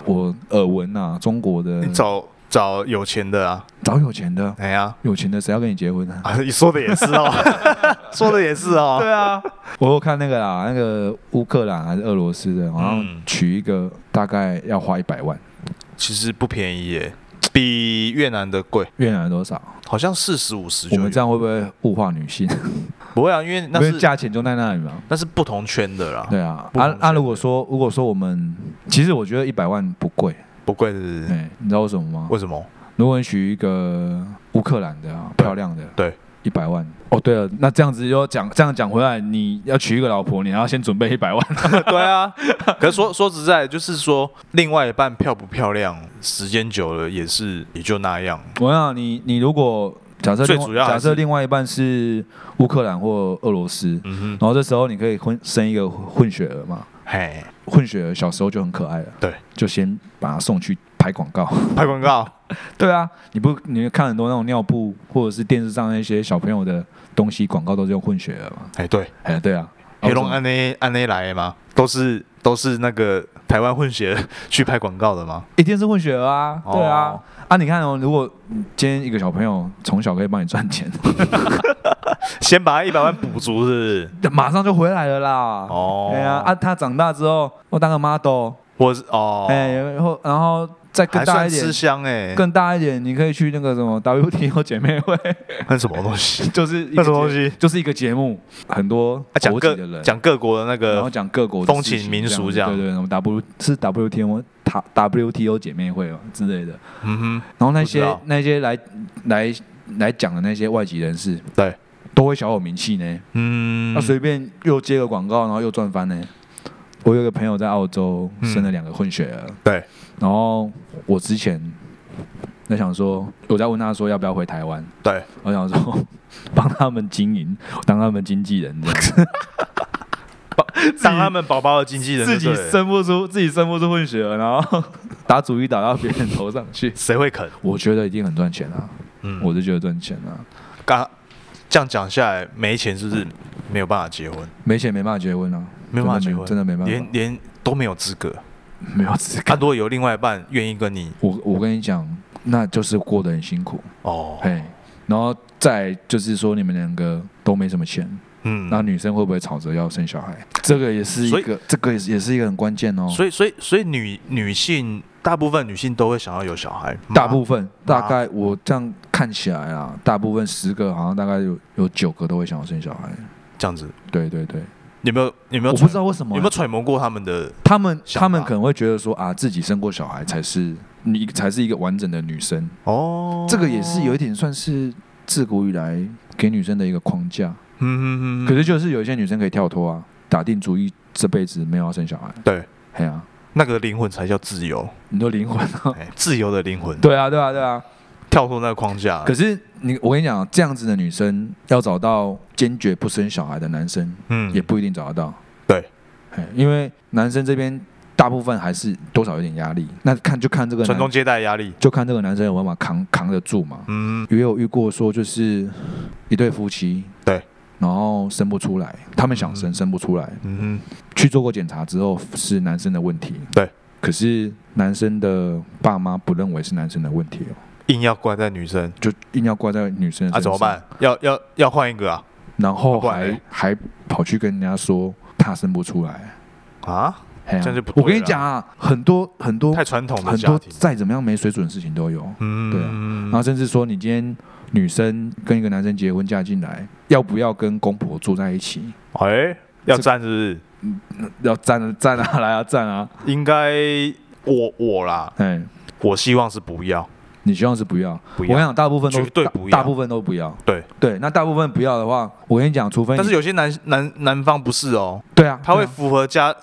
A: 我耳闻啊，中国的
B: 你找找有钱的啊，
A: 找有钱的，
B: 哎呀、
A: 有钱的谁要跟你结婚
B: [LAUGHS]
A: 呢？
B: 啊，你说的也是
A: [LAUGHS]
B: 哦，说的也是哦，
A: 啊，我有看那个啦，那个乌克兰还是俄罗斯的，好像
B: 嗯
A: 娶一个大概要花一百万，
B: 其实不便宜耶，比越南的贵，
A: 越南有多少？
B: 好像四十五十
A: 我
B: 就
A: 们这
B: 有。
A: 样会不会物化女性？
B: 不会啊，因为
A: 因
B: [LAUGHS] 那
A: 为
B: 是
A: 价钱就在那里嘛。
B: 那是不同圈的啦，
A: 对啊，
B: 不
A: 啊
B: 同
A: 啊！
B: 选
A: 如果说如果说我们，其实我觉得一百万不贵，
B: 不贵是不
A: [LAUGHS]
B: 是
A: 哎，你知道为什么吗？
B: 为什么？
A: 如果你娶一个乌乌克兰的啊，
B: 对
A: 漂亮的，
B: 对，
A: 一百万。哦，对了，那这样子又讲，这样讲回来，你要娶一个老婆，你要先准备一百万。
B: 对啊， [LAUGHS] 可是说说实在，就是说另外一半漂不漂亮，时间久了也是也就那样。
A: [LAUGHS] 我想你，你如果假设
B: 最
A: 另外
B: 主要还
A: 假设
B: 是
A: 另外一半是乌克兰或俄罗斯，
B: 嗯哼，
A: 然后这时候你可以混生一个混血儿嘛，
B: 嘿，
A: 混血儿小时候就很可爱了，
B: 对，
A: 就先把他送去拍广告。
B: 拍广告，
A: [LAUGHS] 对啊，你不你看很多那种尿布或者是电视上那些小朋友的东西广告都是用混血儿嘛，
B: 哎，对，
A: 哎，对啊，
B: 黑
A: 然
B: 龙
A: 后
B: 安内安内来的吗？都是都是那个台湾混血去拍广告的吗？
A: 一定是混血儿啊，对啊，
B: 哦
A: 啊，你看哦，如果嗯今天一个小朋友从小可以帮你赚钱， [LAUGHS]
B: 先把一百万补足是不是？
A: 马上就回来了啦。
B: 哦，
A: 对啊，啊，，他长大之后，我当个 model，
B: 我是哦，
A: 哎、然后然后再更
B: 还
A: 大
B: 算
A: 一点
B: 吃，香哎，
A: 更大一点，你可以去那个什么 WTO 姐妹会， [LAUGHS]
B: 那什么东西？
A: 就是一
B: 那
A: 个
B: 什么东
A: 节，
B: 西？
A: 就是一个节目，很多
B: 啊讲
A: 国
B: 各
A: 籍的人，
B: 讲各国的那
A: 然后
B: 个
A: 讲各国的
B: 风
A: 事
B: 情
A: 情
B: 民
A: 这样
B: 俗
A: 子
B: 这样
A: 对对，什么 W 是 WTO 塔 WTO 姐妹会嘛之类的，
B: 嗯哼，
A: 然后那
B: 不知
A: 些
B: 道
A: 那些来来来讲的那些外籍人士，
B: 对，
A: 都会小有名气呢。
B: 嗯，
A: 那随便又接个广告，然后又赚翻呢。我有个朋友在澳洲
B: 嗯
A: 生了两个混血儿，
B: 对，
A: 然后我之前在想说，我在问他说要不要回台湾，
B: 对，
A: 我想说 [LAUGHS] 帮他们经营，当他们经纪人这
B: [LAUGHS]
A: 样子，
B: 当他们宝宝的经纪人就
A: 自
B: 对
A: 己
B: 了，
A: 生不出自己生不出混血儿，然后 [LAUGHS] 打主意打到别人头上去，
B: 谁会肯？
A: 我觉得一定很赚钱啊，
B: 嗯，
A: 我是觉得赚钱啊，
B: 刚这样讲下来，没钱是
A: 嗯
B: 不是没有办法结婚？
A: 没钱没办法结婚啊，
B: 没有办法结婚，
A: 真的没办法，
B: 连连都没有资格。
A: 没有资
B: 他、
A: 格。
B: 如果有另外一半愿意跟你，
A: 我我跟你讲，那就是过得很辛苦。
B: 哦，
A: 嘿，然后再就是说你们两个都没什么钱，
B: 嗯，
A: 那女生会不会吵着要生小孩？这个也是一
B: 所以
A: 个，这个也是也是一个很关键哦。
B: 所以所以所以女女性大部分女性都会想要有小孩，妈
A: 大部分
B: 妈
A: 大概我这样看起来啊，大部分十个好像大概有有九个都会想要生小孩。
B: 这样子，
A: 对对对，
B: 有没有有没有
A: 我
B: 揣？
A: 不知道为什么
B: 有
A: 欸、
B: 没有揣摩过他们的？
A: 他们
B: 想法
A: 他们可能会觉得说啊，自己生过小孩才是你才是一个完整的女生，
B: 哦，
A: 这个也是有一点算是自古以来给女生的一个框架。
B: 嗯，嗯嗯嗯，
A: 可是就是有一些女生可以跳脱啊，打定主意这辈子没有要生小孩。
B: 对，
A: 嘿啊，
B: 那个灵魂才叫自由，
A: 你说灵魂啊？
B: 哎自由的灵魂，
A: 对啊，对啊，对啊。
B: 跳脱那个框架。
A: 可是你，我跟你讲，这样子的女生要找到坚决不生小孩的男生，
B: 嗯
A: 也不一定找得到。
B: 对
A: 嘿，因为男生这边大部分还是多少有点压力，那看就看这个
B: 传宗
A: 男，
B: 接代压力，
A: 就看这个男生有没有办法扛扛得住嘛。
B: 嗯，
A: 也有遇过说，就是一对夫妻，
B: 对，
A: 然后生不出来，他们想生
B: 嗯
A: 生不出来，
B: 嗯
A: 去做过检查之后是男生的问题，
B: 对。
A: 可是男生的爸妈不认为是男生的问题哦，
B: 硬要怪在女生，
A: 就硬要怪在女生的身上。
B: 啊，怎么？办？要要要换一个啊
A: 然后
B: 啊不然
A: 还
B: 嘞
A: 还跑去跟人家说他生不出来，
B: 啊！
A: 嘿啊
B: 这样就不对
A: 我跟你
B: 了
A: 讲啊，很多很多
B: 太传统的
A: 很
B: 家
A: 多
B: 庭，
A: 再怎么样没水准的事情都有，
B: 嗯
A: 对啊然后甚至说你今天女生跟一个男生结婚嫁进来，要不要跟公婆住在一起？
B: 哎，要站是不是？
A: 要站啊站啊，来啊站
B: [LAUGHS]
A: 啊！
B: 应该我我啦，
A: 哎，
B: 我希望是不要，
A: 你希望是不要，
B: 不
A: 我
B: 要。
A: 想大部分都
B: 绝对
A: 大
B: 不要
A: 大部分都不要。
B: 对
A: 对，那大部分不要的话，我跟你讲，除非你
B: 但是有些男男男方不是哦，
A: 对啊，
B: 他
A: 对
B: 会
A: 啊
B: 符合家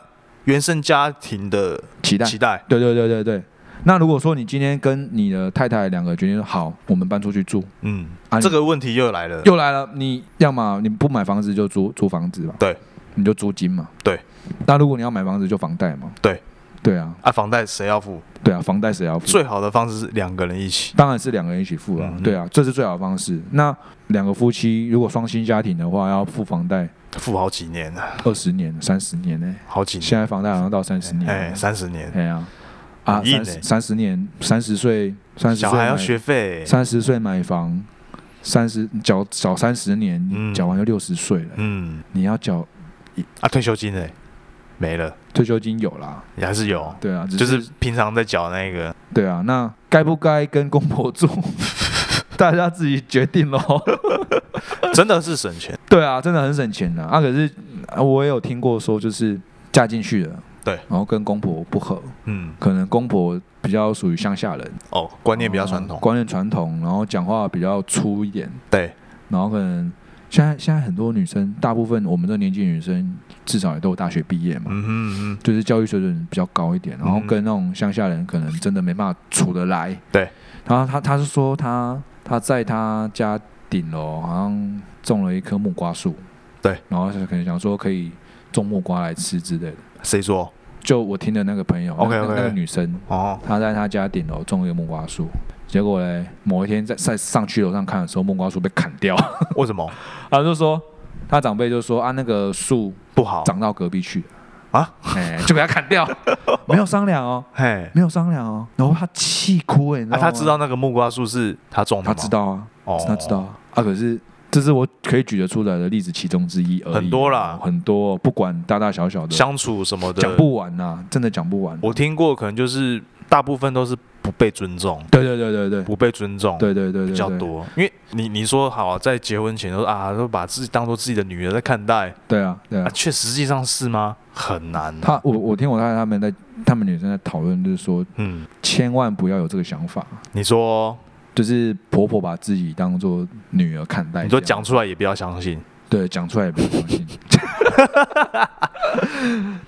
B: 原生家庭的
A: 期待。
B: 期待，
A: 对对对对对。那如果说你今天跟你的太太两个决定说好，我们搬出去住，
B: 嗯
A: 啊，你
B: 这个问题又来了，
A: 又来了，你要么你不买房子就租租房子嘛，
B: 对，
A: 你就租金嘛，
B: 对。
A: 那如果你要买房子就房贷嘛，
B: 对，
A: 对啊，
B: 啊，房贷谁要付？
A: 对啊，房贷谁要付？
B: 最好的方式是两个人一起，
A: 当然是两个人一起付了、
B: 嗯
A: 对啊，这是最好的方式。那两个夫妻如果双薪家庭的话，要付房贷
B: 付好几年啊，
A: 二十年、三十年呢、
B: 好几年，
A: 现在房贷好像到三十年了，
B: 哎，三十年，
A: 哎呀，啊，
B: 很硬
A: 三
B: 欸
A: 三十年，三十岁，三十
B: 小
A: 岁
B: 孩要
A: 买
B: 学费，
A: 三十岁买房，三十缴缴三十年，
B: 嗯
A: 缴、完就六十岁了，
B: 嗯，
A: 你要缴
B: 啊，退休金呢？没了，
A: 退休金有啦，
B: 也还是有，
A: 对啊，只
B: 就是平常在缴那个，
A: 对啊，那该不该跟公婆
B: [LAUGHS]
A: 住，大家自己决定喽。
B: 真的是省钱，
A: 对啊，真的很省钱的啊。可是啊我也有听过说，就是嫁进去了，
B: 对，
A: 然后跟公婆不合，
B: 嗯，
A: 可能公婆比较属于乡下人，
B: 哦，观念比较传统，
A: 观念传统，然后讲话比较粗一点，
B: 对，
A: 然后可能现在现在很多女生，大部分我们这个年纪的女生至少也都有大学毕业嘛，
B: 嗯哼嗯
A: 就是教育水准比较高一点，然后
B: 嗯
A: 跟那种乡下人可能真的没办法处得来。
B: 对，
A: 然后他他是说他他在他家顶楼好像种了一棵木瓜树，
B: 对，
A: 然后他可能想说可以种木瓜来吃之类的。
B: 哼，谁说？
A: 就我听的那个朋友
B: OK，OK
A: 那那个女生，
B: 哦，
A: 她在她家顶楼种了一个木瓜树，结果嘞某一天在在上去楼上看的时候，木瓜树被砍掉， [LAUGHS]
B: 为什么
A: 他就说他长辈就说啊那个树
B: 不好？
A: 长到隔壁去了
B: 啊，
A: 哎、就给他砍掉， [LAUGHS] 没有商量哦，
B: 嘿，
A: 没有商量哦，然后他气哭哎、你
B: 啊，
A: 吗
B: 他知，道那个木瓜树是他种的
A: 他
B: 吗？
A: 知，道啊，
B: 哦，
A: 他知道，啊，啊可是。这是我可以举得出来的例子其中之一而已，
B: 很多啦
A: 很多，不管大大小小的，
B: 相处什么的，
A: 讲不完呐、啊真的讲不完。
B: 我听过，可能就是大部分都是不被尊重，
A: 对对对对对，
B: 不被尊重，
A: 对对对对，
B: 比较
A: 对。
B: 多。因为你你说好、啊、在结婚前都啊，都把自己当做自己的女儿在看待，
A: 对啊，对
B: 啊
A: 啊，。
B: 却实际上是吗？很难、啊。
A: 他我我听我太太他们在他们女生在讨论，就是说
B: 嗯，
A: 千万不要有这个想法，
B: 你说
A: 就是婆婆把自己当做女儿看待这样。
B: 你说讲出来也不要相信，
A: 对讲出来也不相信。 [LAUGHS]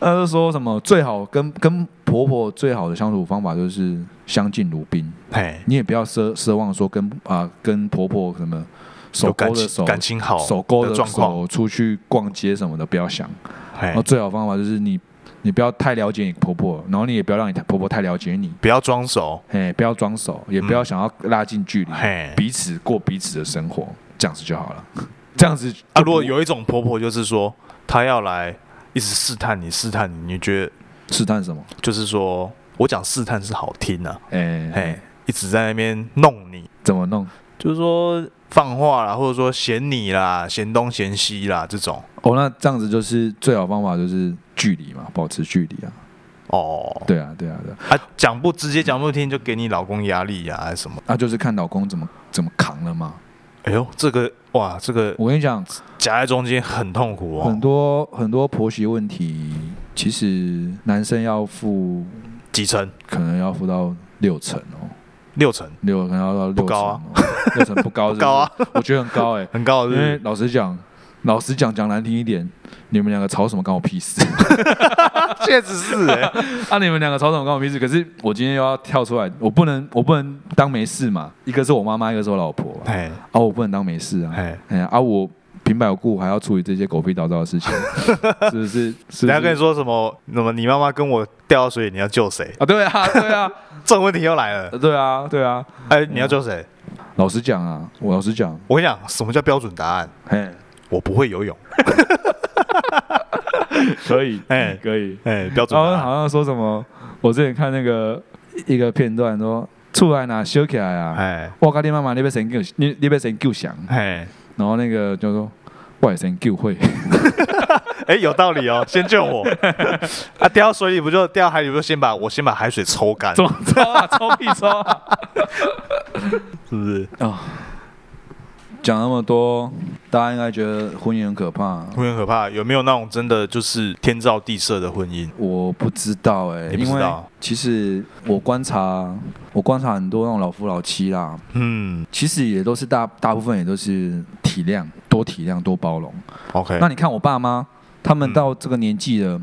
A: 他就说什么最好跟跟婆婆最好的相处方法就是相敬如宾，
B: 嘿，
A: 你也不要奢奢望说跟啊、跟婆婆什么手
B: 有感
A: 勾着
B: 情
A: 手
B: 感情好
A: 手勾
B: 的
A: 着
B: 状况，哎
A: 手出去逛街什么的，不要想。
B: 嘿
A: 然后，最好的方法就是你，你不要太了解你婆婆，然后你也不要让你婆婆太了解你，
B: 不要装熟，
A: 哎，不要装熟，也不要想要拉近距离，
B: 嗯嘿。
A: 彼此过彼此的生活，这样子就好了。这样子
B: 啊，
A: 就不
B: 如果有一种婆婆就是说她要来一直试探你，试探你，你觉得
A: 试探什么，
B: 就是说我讲试探是好听啊，嘿
A: 哎，，
B: 一直在那边弄你，
A: 怎么弄？
B: 就是说放话啦，或者说嫌你啦，嫌东嫌西啦这种。
A: 哦，那这样子就是最好的方法就是距离嘛，保持距离啊。
B: 哦，
A: 对啊，对啊，对啊，
B: 啊，讲不直接讲不听，就给你老公压力呀、还是什么？
A: 那就是看老公怎么怎么扛了嘛。
B: 哎呦，这个哇，这个
A: 我跟你讲，
B: 夹在中间很痛苦
A: 很
B: 哦，
A: 多很多婆媳问题，其实男生要负
B: 几成？
A: 可能要负到六成哦。
B: 六成，
A: 六可能要到六
B: 不高啊
A: 成哦，六成不高，
B: 不高啊，
A: 我觉得很
B: [LAUGHS]
A: 高哎、
B: 很高
A: 因
B: 的
A: 为
B: 是
A: 老实讲，老实讲讲难听一点，你们两个吵什么关我屁事？
B: 不是，确实是哎、
A: [LAUGHS] 啊，你们两个吵什么关我屁事？可是我今天又要跳出来，我不能我不能当没事嘛，一个是我妈妈，一个是我老婆啊，
B: 哎
A: 啊我不能当没事啊，
B: 哎，
A: 哎呀啊我平白无故还要处理这些狗屁叨叨的事 [LAUGHS] 情，是不是？是
B: 人
A: 不
B: 家跟你
A: 是？
B: 说什么？什么？你妈妈跟我掉到水里，你要救谁？
A: 啊，对啊，对啊，
B: 这种问题又来了。
A: 对啊，对啊。
B: 哎，你要救谁？
A: 老实讲啊，我老实讲，
B: 我跟你讲，什么叫标准答案？
A: 哎，
B: 我不会游泳。
A: 可以，
B: 哎
A: 可以，
B: 哎，标准
A: 然后
B: 答案。
A: 好像说什么，我之前看那个一个片段说，出来拿修起来啊，
B: 哎
A: 我跟你妈妈你被神救，你你被神救想，
B: 哎
A: 然后那个就说外神救会，
B: 哎，有道理哦，先救我。啊，掉到水里不就掉到海里，不就先把我先把海水抽干，
A: 怎
B: 是
A: 么抽啊，抽屁抽啊！
B: 不是？
A: 啊讲那么多，大家应该觉得婚姻很可怕。
B: 会很可怕。有没有那种真的就是天造地设的婚姻？
A: 我不知道哎、
B: 你不
A: 因
B: 知
A: 为
B: 道
A: 其实我观察，我观察很多那种老夫老妻啦，
B: 嗯
A: 其实也都是大大部分也都是体谅，多体谅，多包容。
B: ，OK，
A: 那你看我爸妈，他们
B: 嗯
A: 到这个年纪了，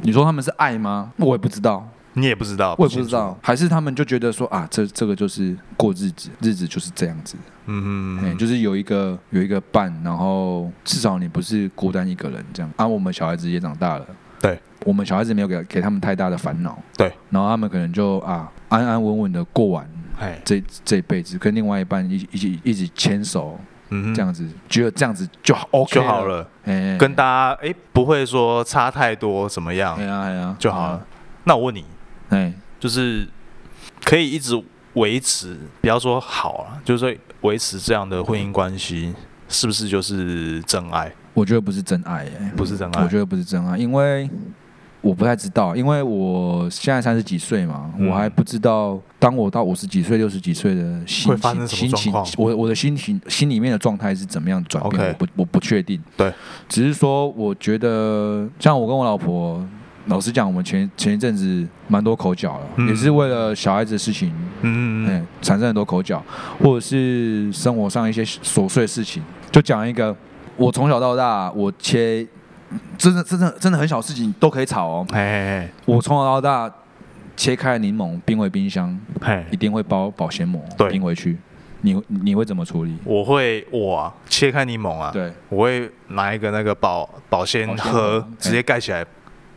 A: 你说他们是爱吗？我也不知道，
B: 你也不知道，
A: 我也不
B: 清
A: 知
B: 楚
A: 道，，还是他们就觉得说啊，这这个就是过日子，日子就是这样子，
B: 嗯
A: 哎、
B: 嗯，
A: 就是有一个有一个伴，然后至少你不是孤单一个人这样。啊，我们小孩子也长大了，
B: 对，
A: 我们小孩子没有给给他们太大的烦恼，
B: 对，
A: 然后他们可能就啊安安稳稳的过完
B: 哎，
A: 这这一辈子，跟另外一半一起一起一起牵手
B: 嗯
A: 这样子，觉得这样子就好 OK
B: 就好，了，
A: 哎、
B: 跟大家哎不会说差太多怎么样
A: 哎呀哎呀
B: 就好了。。那我问你，
A: 哎，
B: 就是可以一直维持，不要说好了，就是说维持这样的婚姻关系，是不是就是真爱？
A: 我觉得不是真爱耶、
B: 不是真爱，
A: 我觉得不是真爱，因为我不太知道，因为我现在三十几岁嘛，
B: 嗯
A: 我还不知道，当我到五十几岁、六十几岁的心
B: 会发生
A: 情、
B: 什
A: 心
B: 么
A: 情
B: 状况，
A: 我我的心情、心里面的状态是怎么样转变
B: OK
A: 我不我不确定。
B: 对，
A: 只是说我觉得，像我跟我老婆，老实讲，我们前前一阵子蛮多口角了，
B: 嗯
A: 也是为了小孩子的事情，
B: 嗯嗯嗯
A: 嗯，产生很多口角，或者是生活上一些琐碎的事情。就讲一个，我从小到大，我切，真的真的真的很小事情都可以吵哦。
B: 哎哎
A: 我从小到大切开柠檬冰回冰箱，
B: 哎
A: 一
B: 嘿，
A: 定会包保鲜膜
B: 对
A: 冰回去。你你会怎么处理？
B: 我会我啊切开柠檬啊，
A: 对，
B: 我会拿一个那个保保鲜
A: 保鲜膜
B: 盒
A: 哎
B: 直接盖起来，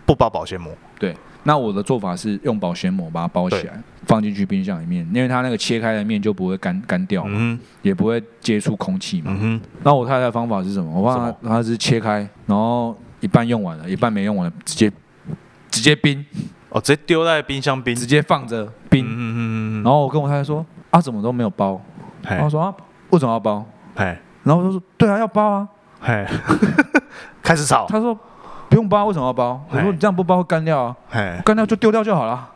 B: 不包保鲜膜。
A: 对，那我的做法是用保鲜膜把它包起来，放进去冰箱里面，因为它那个切开的面就不会干干掉嘛，
B: 嗯
A: 也不会接触空气
B: 哼
A: 嘛。
B: 嗯
A: 那我太太的方法是什么？我怕
B: 什么
A: 它它是切开，然后一半用完了，一半没用完了，直接直接冰，
B: 哼，哦，直接丢在冰箱冰。
A: 直接放着冰。
B: 嗯嗯嗯嗯嗯，
A: 然后我跟我太太说啊，怎么都没有
B: 哦
A: 包？然后我
B: 嘿
A: 说啊，为什么要包？
B: 嘿
A: 然后我就说对啊，要包啊。
B: 嘿，
A: [LAUGHS]
B: 开始吵。
A: 她说不用包，为什么要包？我说
B: 哦哎
A: 你这样不包会干掉啊，
B: 嘿，
A: 干掉就丢掉就好了。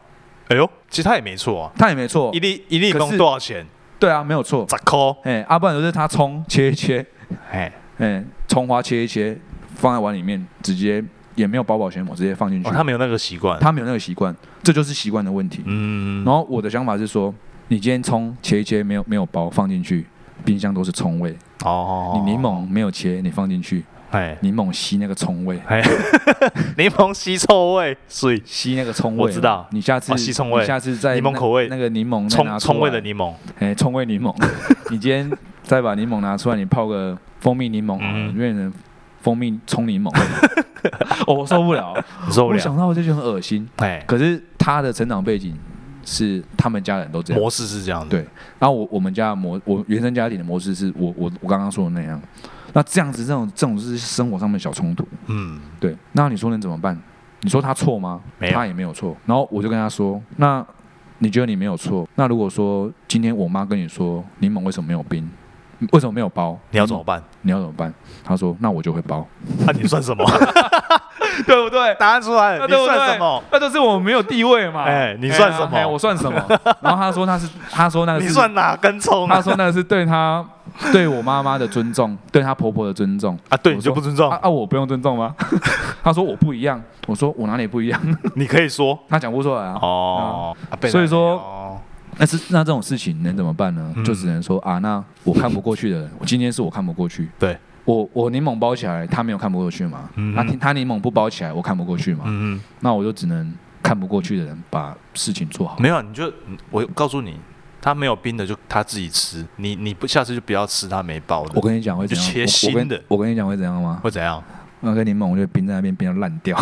B: 哎呦，其实他也没错啊，
A: 她也没错
B: 一，粒一粒
A: 哦可
B: 檬
A: 是
B: 多少钱？
A: 对啊，没有错。
B: 十块。
A: 哎，啊，不然就是她葱切一切，
B: 嘿，
A: 哎，葱花切一切，放在碗里面，直接也没有包保鲜膜，直接放进去
B: 哦，。他没有那个习惯。
A: 她没有那个习惯，这就是习惯的问题。
B: 嗯，
A: 然后我的想法是说，你今天葱切一切没有没有包放进去，冰箱都是葱味；
B: 哦，
A: 你柠，檬没有切，你放进去，
B: 哎
A: 柠檬吸那个葱味，
B: 哎， [LAUGHS] 柠檬吸臭味，所以
A: 吸那个葱味。
B: 我知道
A: 你下次、
B: 哦吸葱味
A: 你下次在
B: 柠檬口味
A: 那个柠檬再拿出来
B: 葱葱味的，柠檬，
A: 哎，葱味柠
B: [LAUGHS]
A: 檬。你今天再把柠檬拿出来，你泡个蜂蜜柠檬好了，
B: 嗯
A: 因为人蜂蜜冲
B: [LAUGHS]
A: 柠檬，哦我受不了，
B: 你 [LAUGHS] 受不
A: 我
B: 了。
A: 想到我就觉得很恶心。
B: 哎，
A: 可是他的成长背景是他们家人都这样。
B: 模式是这样的。
A: 对然后我我们家的模，我原生家庭的模式是我我我刚刚说的那样。那这样子这种这种是生活上面小冲突，
B: 嗯，
A: 对。那你说能怎么办？你说他错吗？
B: 没有
A: 他也没有错。然后我就跟他说，那你觉得你没有错？那如果说今天我妈跟你说柠檬为什么没有冰，为什么没有包？
B: 你要怎么办？
A: 你要怎么办？他说那我就会包，
B: 那你
A: [LAUGHS]
B: 算什么？啊
A: 对不对？
B: 答案出来了，
A: 那
B: [LAUGHS] 你
A: 对不对
B: 算什么？？
A: 那就是我没有地位嘛。
B: 哎你算
A: 呀
B: 什么
A: 哎我算什么？ [LAUGHS] 然后他说那是，他说那个
B: 你
A: 是
B: 算哪
A: [LAUGHS]
B: 根葱
A: 她
B: 啊？
A: 说那是对她对我妈妈的尊
B: [LAUGHS]
A: 重，对她婆婆的尊重。
B: 啊，对，
A: 我
B: 你就
A: 说
B: 不尊重
A: 啊，啊，我不用尊重吗？ [LAUGHS] 她说我不一样，我说我哪里不一样？ [LAUGHS]
B: 你可以说
A: 她讲不出来啊。
B: 哦。啊被
A: 所以
B: 男
A: 说
B: 人哦
A: 那是那这种事情能怎么办呢？
B: 嗯
A: 就只能说啊，那我看不过去的人，我今天是我看不过去。
B: 对。
A: 我我柠檬包起来，她没有看不过去嘛？
B: 嗯
A: 她她柠檬不包起来，我看不过去嘛？
B: 嗯嗯，
A: 那我就只能看不过去的人把事情做好。
B: 没有，啊你就我告诉你，他没有冰的就他自己吃，你你不下次就不要吃他没包的
A: 我，跟你讲会怎样？
B: 就切
A: 我
B: 新
A: 我跟
B: 的
A: 我跟你讲会怎样吗？
B: 会怎样？
A: 那个柠檬我就冰在那边冰到烂掉。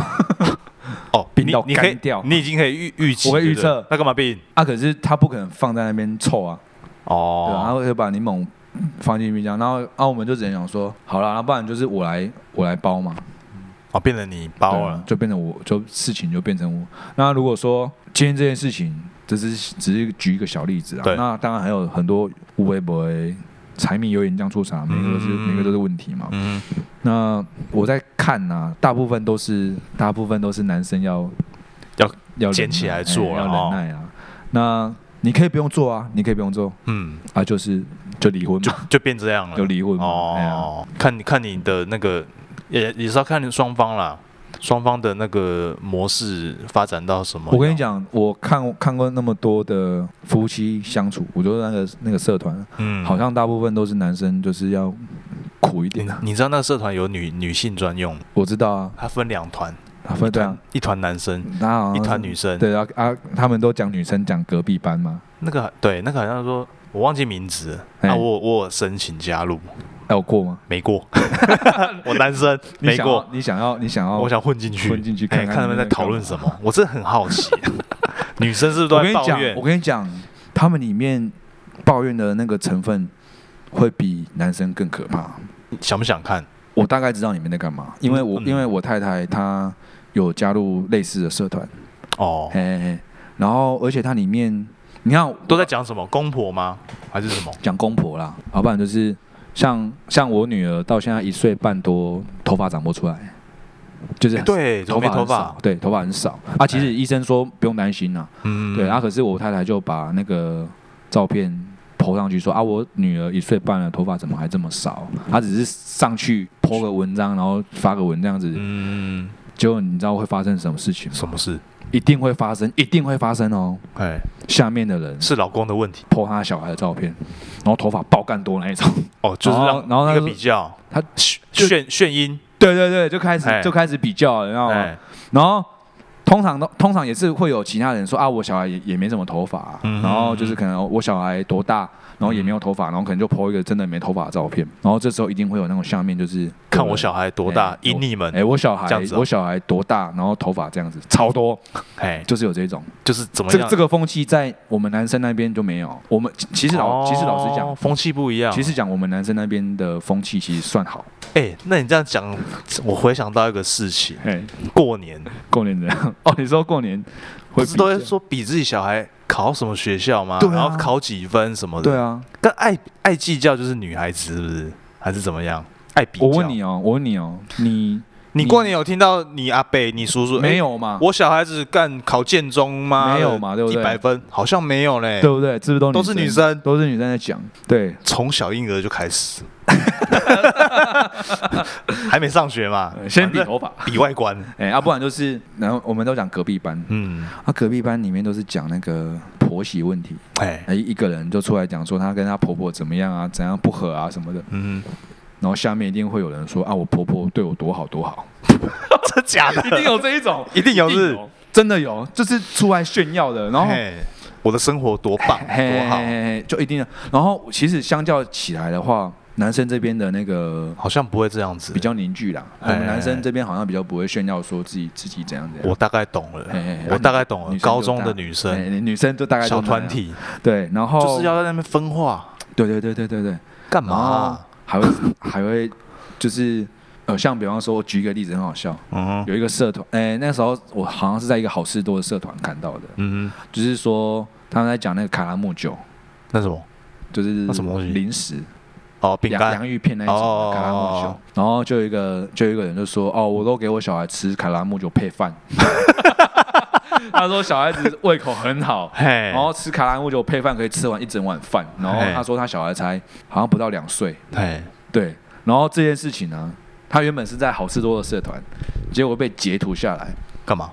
B: 哦，
A: 冰
B: 你
A: 到
B: 你可以
A: 干掉
B: 你已经可以预预期，
A: 我会预
B: 对不对
A: 测
B: 那干嘛冰？
A: 啊，可是他不可能放在那边臭啊，对啊，然
B: 哦，
A: 后就把柠檬放进冰箱，然后然后我们就只能想说，好了，那不然就是我来我来包嘛，
B: 哦，变成你包
A: 对啊
B: 了，
A: 就变成我就事情就变成我。那如果说今天这件事情，只是只是举一个小例子啊
B: 对，
A: 那当然还有很多无微不微。柴米油盐酱醋茶，每个都是、
B: 嗯
A: 每个都是问题嘛。
B: 嗯，
A: 那我在看啊，大部分都是大部分都是男生要
B: 要
A: 要忍
B: 捡起
A: 耐
B: 来
A: 哎
B: 做了
A: 要
B: 哦
A: 忍耐啊。那你可以不用做啊，你可以不用做，
B: 嗯，
A: 啊，就是就离婚
B: 就
A: 嘛，
B: 就变这样了
A: 就。离婚嘛。哎呀
B: 哦，看你看你的那个，也也是要看双方啦，双方的那个模式发展到什么。
A: 我跟你，讲，我看看过那么多的夫妻相处，我觉得那个那个社团，
B: 嗯
A: 好像大部分都是男生，就是要苦一点
B: 你
A: 啊。
B: 你知道那个社团有女女性专用，
A: 我知道啊，
B: 它分两团，
A: 啊分对啊，
B: 一团男生，
A: 那好像
B: 一
A: 是
B: 团女生。
A: 对啊啊，他们都讲女生讲隔壁班嘛。
B: 那个对，那个好像说，我忘记名字了。
A: 哎
B: 啊，我我有申请加入，
A: 要有过吗？
B: 没过， [LAUGHS] 我男生
A: 你
B: 没
A: 想要
B: 过。
A: 你想要你想要，
B: 我想混进去，
A: 哦混进去
B: 哎
A: 看看
B: 看他们在讨论什么，我真的很好
A: [LAUGHS]
B: 奇。女生是不是
A: 我
B: 都
A: 跟
B: 在
A: 你
B: 抱
A: 讲，
B: 怨
A: 我？跟你讲，他们里面抱怨的那个成分会比男生更可怕。
B: 想不想看？
A: 我大概知道你们在干嘛，因为我、
B: 嗯
A: 因为我太太她有加入类似的社团，
B: 哦，
A: 嘿嘿嘿，然后而且它里面你看
B: 都在讲什么公婆吗？还是什么？
A: 讲公婆啦，要不然就是像像我女儿到现在一岁半多，头发长不出来，就是、
B: 哎对，怎
A: 头
B: 么没
A: 发
B: 头
A: 很
B: 发
A: 少，，对头发很少啊。其
B: 哎
A: 实医生说不用担心啦、
B: 嗯，
A: 对啊，可是我太太就把那个照片抛上去说啊，我女儿一岁半了，头发怎么还这么少？她只是上去抛个文章，然后发个文这样子。
B: 嗯，
A: 结果你知道会发生什么事情吗？
B: 什么事？
A: 一定会发生，一定会发生哦。
B: 哎，
A: 下面的人
B: 是老公的问题
A: 剖他小孩的照片，然后头发爆干多那一种， [LAUGHS]
B: 哦，就是
A: 然后
B: 让
A: 然后他
B: 一个
A: 说
B: 比较
A: 他就哦
B: 炫炫音，
A: 对对对，就开始
B: 哎
A: 就开始比较了，你知道吗？
B: 哎，
A: 然后通常都通常也是会有其他人说啊，我小孩也也没什么头发啊、
B: 嗯
A: 然后就是可能哦我小孩多大，然后也没有头发，然后可能就 po 一个真的没头发的照片，然后这时候一定会有那种下面就是
B: 看我小孩多大
A: 哎，
B: 阴你们
A: 哎、，我小孩
B: 这样子哦
A: 我小孩多大，然后头发这样子超多，
B: 哎，
A: 就是有这种，
B: 就是怎么
A: 这个
B: 样
A: 这？个风气在我们男生那边就没有，我们其其实老、
B: 哦
A: 其实老实讲。
B: 风气不一样。
A: 其实讲我们男生那边的风气其实算好，
B: 哎，那你这样讲，我回想到一个事情，
A: 嘿，
B: 过年
A: 过年怎样？ [LAUGHS] 哦，你说过年会
B: 不是都会
A: 比较
B: 说比自己小孩考什么学校吗？
A: 对啊
B: 然后考几分什么的。
A: 对啊，
B: 但爱爱计较就是女孩子是不是？还是怎么样？爱比较。
A: 我问，你哦，我问你哦，你
B: 你
A: 你
B: 过年有听到你阿伯、你叔叔
A: 没？
B: 哎
A: 有嘛？
B: 我小孩子干考建中吗？
A: 没有嘛对不对
B: 一百分好像没有嘞
A: 对，不对？是不是都
B: 哎都是女，生，
A: 都是女生在讲？对，
B: 从小婴儿就
A: [LAUGHS]
B: 开始，还没上学嘛，
A: 呃先比
B: 反正
A: 头发，
B: 比外观。
A: [LAUGHS] 哎，要不然就是，然后我们都讲隔壁班，
B: 嗯，
A: 啊，隔壁班里面都是讲那个婆媳问题，
B: 哎，
A: 哎，一个人就出来讲说她跟她婆婆怎么样啊，怎样不和啊什么的，
B: 嗯， [LAUGHS]
A: 然后下面一定会有人说啊，我婆婆对我多好多好，
B: 真假的？
A: 一定有这 [LAUGHS] 一种，
B: 一定有是
A: 是，真的有，就是出来炫耀的，然后。
B: 嘿我的生活多棒多好，
A: 哦嘿，就一定的。然后其实相较起来的话，男生这边的那个
B: 好像不会这样子。
A: 比较凝聚啦。我
B: 哎
A: 们男生这边好像比较不会炫耀说自己自己怎样怎
B: 我
A: 样。
B: 大概懂了
A: 嘿嘿，
B: 我大概懂
A: 女生
B: 了。
A: 就大
B: 高中的女生
A: 哎女生就大概都哦
B: 小
A: 那样
B: 团，体
A: 对，然后
B: 就是要在啊那边分化，哦
A: 对对对对对对，
B: 干
A: 然后
B: 嘛？
A: 还会还会就是呃，像比方说，我举一个例子很好笑，
B: 嗯哼
A: 有一个社团，哎，那时候我好像是在一个好事多的社团看到的，
B: 嗯哼，
A: 就是说他们在讲那个卡拉木酒，
B: 那什么？
A: 就是
B: 那什么东西
A: 零食，
B: 哦，饼
A: 洋
B: 干
A: 洋芋片那一
B: 哦
A: 种卡拉木酒，然后就有一个就有一个人就说：“哦，我都给我小孩吃卡拉木酒配饭。” [LAUGHS] 他说小孩子胃口很
B: [LAUGHS]
A: 好，
B: 嘿，
A: 然后吃卡拉木酒配饭可以吃完一整碗饭。然后
B: 嘿
A: 他说他小孩才好像不到两岁，
B: 嘿，
A: 对。然后这件事情呢，他原本是在好事多的社团，结果被截图下来，
B: 干嘛？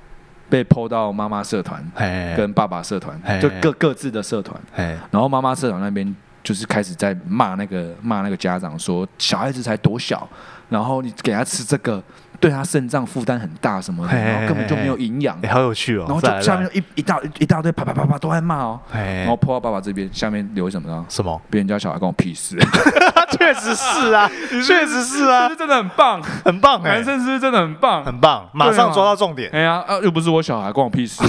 A: 被 PO 到妈妈社团
B: 嘿，
A: 跟爸爸社团，
B: 嘿
A: 就各各自的社团。
B: 嘿，
A: 然后妈妈社长那边就是开始在骂那个骂那个家长说，小孩子才多小，然后你给他吃这个，对他肾脏负担很大什么的，
B: 嘿嘿嘿
A: 然后根本就没有营养，
B: 哎，好有趣哦。
A: 然后
B: 再来
A: 就下面，一一大一大堆啪啪啪啪都在骂哦，
B: 再来
A: 然
B: 嘿
A: 后，泼到爸爸这边，下面留什么呢？[LAUGHS]
B: 什么？
A: 别人家小孩关我屁
B: [LAUGHS]
A: 事，
B: 他确实是啊， [LAUGHS] 确实是
A: 是
B: 啊
A: 不，是真的很棒？
B: 很棒哎
A: 男，生是啊不是真的很棒？
B: 很棒，马上抓到重点，
A: 哎呀，啊，又不是我小孩，关我屁
B: [LAUGHS]
A: 事，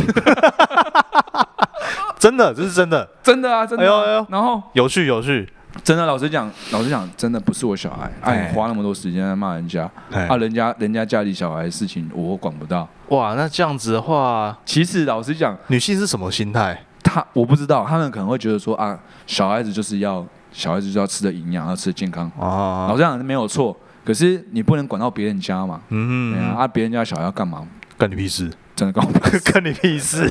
B: 真的，这是真的，
A: 真的啊，真的啊、
B: 哎呦哎呦
A: 然后
B: 有趣有趣。
A: 真的，老实讲，老实讲，真的不是我小孩，哎、
B: 哎
A: 花那么多时间在骂人家，
B: 哎
A: 啊，人家人家家里小孩的事情我管不到。
B: 哇，那这样子的话，
A: 其实老实讲，
B: 女性是什么心态？
A: 他我不知道，他们可能会觉得说啊，小孩子就是要小孩子就要吃的营养，要吃的健康。老
B: 哦，
A: 实讲没有错，可是你不能管到别人家嘛，对啊，
B: 嗯，
A: 啊，别人家小孩要干嘛？
B: 干你
A: [LAUGHS]
B: 屁事，
A: 真的干嘛？
B: [LAUGHS] 干你屁事。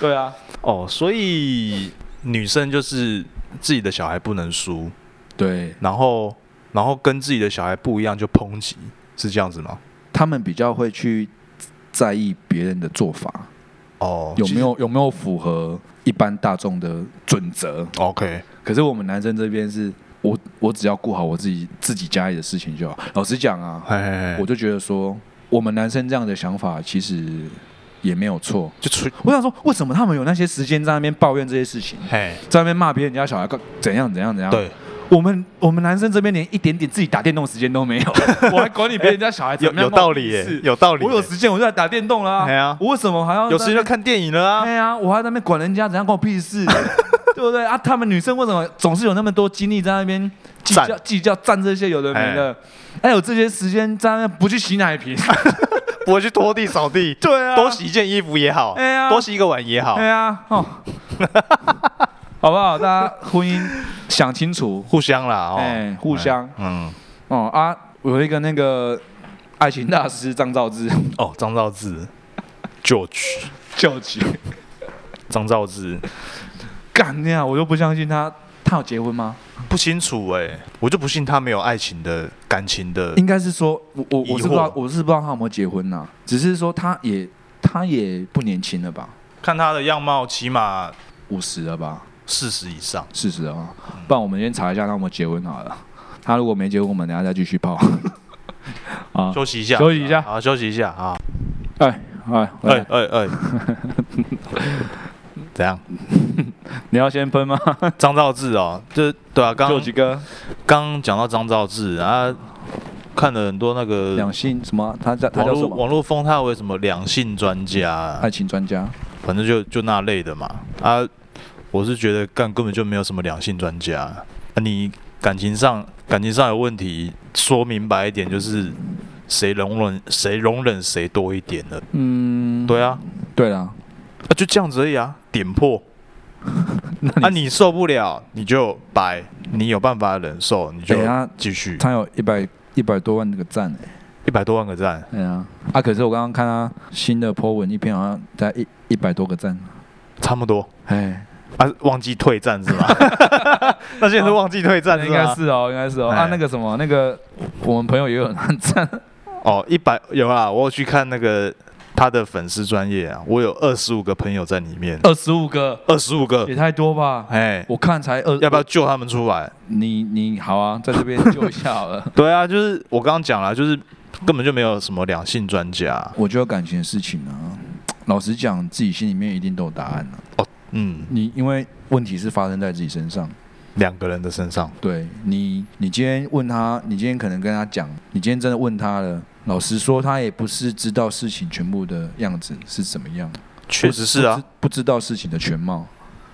A: 对啊，
B: 哦，所以女生就是自己的小孩不能输，
A: 对
B: 然后然后跟自己的小孩不一样就抨击，是这样子吗？
A: 他们比较会去在意别人的做法
B: 哦，
A: 有没
B: 其
A: 有有没有符合一般大众的准则。
B: 实？OK，
A: 可是我们男生这边是我我只要顾好我自己自己家里的事情就好。老实讲啊，
B: 嘿嘿
A: 我
B: 嘿，
A: 就觉得说，我们男生这样的想法其实也没有错。
B: 就吹，
A: 我想说，为什么他们有那些时间在那边抱怨这些事情，
B: 嘿，
A: 在那边骂别人家小孩干怎样怎样怎样？，
B: 对，
A: 我们我们男生这边连一点点自己打电动时间都
B: [LAUGHS]
A: 没有，我还管你别人家小孩怎
B: 有
A: 么样？
B: 有道理耶，有道理耶。
A: 我有时间我就在打电动啦、
B: 哎呀
A: 我为什么还要
B: 有时间就看电影了啊。
A: 对啊，我还在那边管人家怎样关我屁 [LAUGHS] 事，对不对啊？他们女生为什么总是有那么多精力在那边计
B: 站
A: 较、计较、占这些有的没的？还有这些时间在那边不去洗奶瓶，
B: 不会去拖地、扫地，
A: [LAUGHS] 对啊，
B: 多洗一件衣服也好，
A: 哎呀
B: 多洗一个碗也好
A: 对，啊， [LAUGHS] 哦，好不好？大家婚姻想清楚，
B: 互相啦，哦，
A: 哎，互相
B: 嗯，
A: 哦啊，我有一个那个爱情大师张兆 [LAUGHS] 之
B: 哦，张兆志，George，
A: 救急，
B: 张兆志，
A: 干你啊！我就不相信他他有结婚吗？
B: 不清楚哎、我就不信他没有爱情的感情的。
A: 应该是说，我我我
B: 疑
A: 是不知道
B: 惑，
A: 我是不知道他有没有结婚呐、只是说他也他也不年轻了吧，
B: 看他的样貌，起码
A: 五十了吧，
B: 四十以上。
A: 四十了啊。
B: 嗯
A: 不然我们先查一下他有没有结婚好了。他如果没结婚，我们等一下再继续
B: [LAUGHS]
A: 泡。啊，
B: 休息一下，
A: 休息一下
B: 好，休息一下啊！
A: 哎哎
B: 哎
A: 哎，
B: 哎哎， [LAUGHS] 怎样？
A: 你要先喷吗？
B: 张兆志哦，这对啊，刚
A: 就几个
B: 刚讲到张兆志啊，看了很多那个
A: 两性什么？他叫他
B: 呃网
A: 叫什
B: 络
A: 么？哎
B: 网络封他为什么两性专家啊、
A: 爱情专家。
B: 反正就就那类的嘛啊，我是觉得干根本就没有什么两性专家、啊，你感情上感情上有问题，说明白一点就是谁容忍谁容忍谁多一点的，
A: 嗯，
B: 对啊，
A: 对啦，
B: 啊就这样子而已啊，点
A: [LAUGHS]
B: 破。啊，你受不了你就白，你有办法忍受你就
A: 哎呀
B: 继续。
A: 他有一百一百多万个赞哎、
B: 一百多万个赞，
A: 对啊，啊，可是我刚刚看他新的 po 文一篇，好像才一一百多个赞，
B: 差不多
A: 哎，
B: 啊，忘记退
A: [LAUGHS]
B: 战是吗？那些人都忘记退战是
A: 应该
B: 吗？
A: 是哦，应该是哦，啊，
B: 哎
A: 那个什么，那个我们朋友也有人按赞，
B: 哦，一百有啊，我有去看那个他的粉丝专业啊，我有二十五个朋友在里面，
A: 二十五个，
B: 二十五个
A: 也，太多吧？
B: 哎，
A: 我看才二，
B: 要不要救他们出来？
A: 你你好啊，在这 [LAUGHS] 边救一下好了。
B: 对啊，就是我刚刚讲了，就是根本就没有什么两性专家，
A: 我觉得感情的事情啊，老实讲，自己心里面一定都有答案了、
B: 嗯，
A: 你因为问题是发生在自己身上，
B: 两个人的身上，
A: 对你，你今天问他，你今天可能跟他讲，你今天真的问他了，老实说，他也不是知道事情全部的样子是怎么样，
B: 确实是
A: 不
B: 啊
A: 知，，不知道事情的全貌。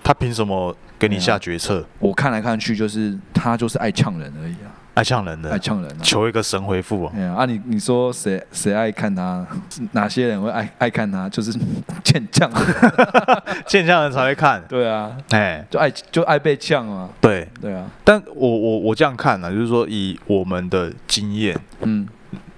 B: 他凭什么给你
A: 对啊
B: 下决策？
A: 我看来看去，就是他就是爱呛人而已啊，
B: 爱呛人
A: 爱
B: 的，
A: 呛人啊。
B: 求一个神回复哦，
A: 哎呀，啊你你说谁谁爱看他？哪些人会爱爱看他？就是 [LAUGHS] 欠
B: [LAUGHS]
A: 呛的，
B: 见相人才会看，
A: 对啊，
B: 哎，
A: 就爱就爱被呛啊，
B: 对，
A: 对啊，
B: 但我我我这样看呢、就是说以我们的经验，
A: 嗯，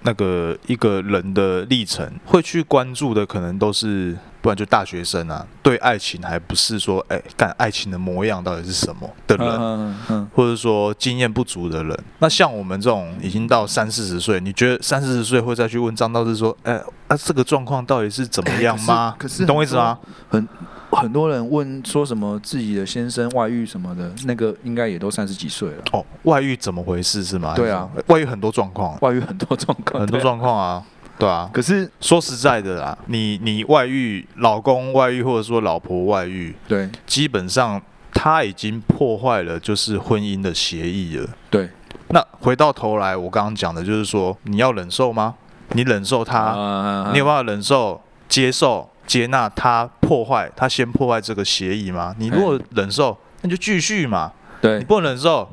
B: 那个一个人的历程，会去关注的可能都是，不然就大学生啊，对爱情还不是说，哎、干爱情的模样到底是什么的
A: 嗯
B: 人，
A: 嗯嗯
B: 或者说经验不足的人。那像我们这种已经到三四十岁，你觉得三四十岁会再去问张道士说，哎、啊这个状况到底是怎么样吗？
A: 哎可是可是
B: 你懂我意思吗？
A: 嗯，很多人问说什么自己的先生外遇什么的，那个应该也都三十几岁了，
B: 哦，外遇怎么回事是吗？
A: 对啊
B: 还是什么，外遇很多状况，
A: 外遇很多状况，
B: 很多
A: 对啊，
B: 状况啊，对啊。
A: 可是
B: 说实在的啦，你你外遇，老公外遇，或者说老婆外遇，
A: 对
B: 基本上他已经破坏了就是婚姻的协议了。
A: 对
B: 那回到头来，我刚刚讲的就是说，你要忍受吗？你忍受他，
A: 啊
B: 你有办法忍受、接受、接纳他破坏，他先破坏这个协议吗？你如果忍受，那你就继续嘛；你
A: 对，
B: 不能忍受，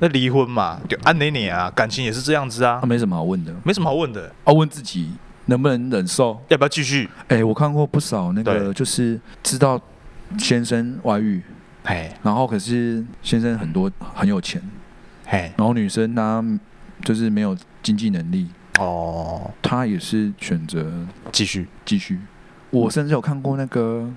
B: 那离婚嘛，就按你你啊，感情也是这样子啊
A: 他，没什么好问的，
B: 没什么好问的，
A: 要问自己能不能忍受。
B: 要不要继续？
A: 哎、我看过不少那个，
B: 对
A: 就是知道先生外遇，
B: 哎
A: 然后可是先生很多很有钱，
B: 哎
A: 然后女生她就是没有经济能力，
B: 哦，
A: 她也是选择
B: 继续
A: 继续。我甚至有看过那个，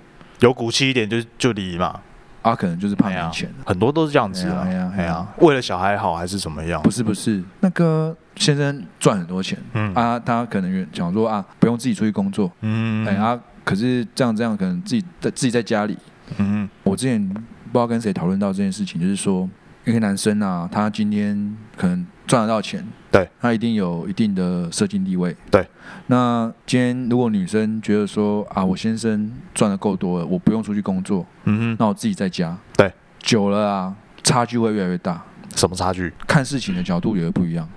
B: 有骨气一点就就离嘛，
A: 啊，可能就是怕
B: 哎呀
A: 没钱，
B: 很多都是这样子啊，
A: 哎呀哎呀
B: 哎呀，为了小孩好还是怎么样
A: 不？是不是，那个先生赚很多钱
B: 嗯
A: 啊，他可能原想说啊，不用自己出去工作，
B: 嗯
A: 哎啊，可是这样这样可能自己在自己在家里。
B: 嗯
A: 我之前不知道跟谁讨论到这件事情，就是说一个男生啊，他今天可能赚得到钱，
B: 对，
A: 他一定有一定的社经地位，
B: 对。
A: 那今天如果女生觉得说啊，我先生赚的够多了，我不用出去工作，
B: 嗯
A: 那我自己在家，
B: 对，
A: 久了啊，差距会越来越大。
B: 什么差距？
A: 看事情的角度也会不一样。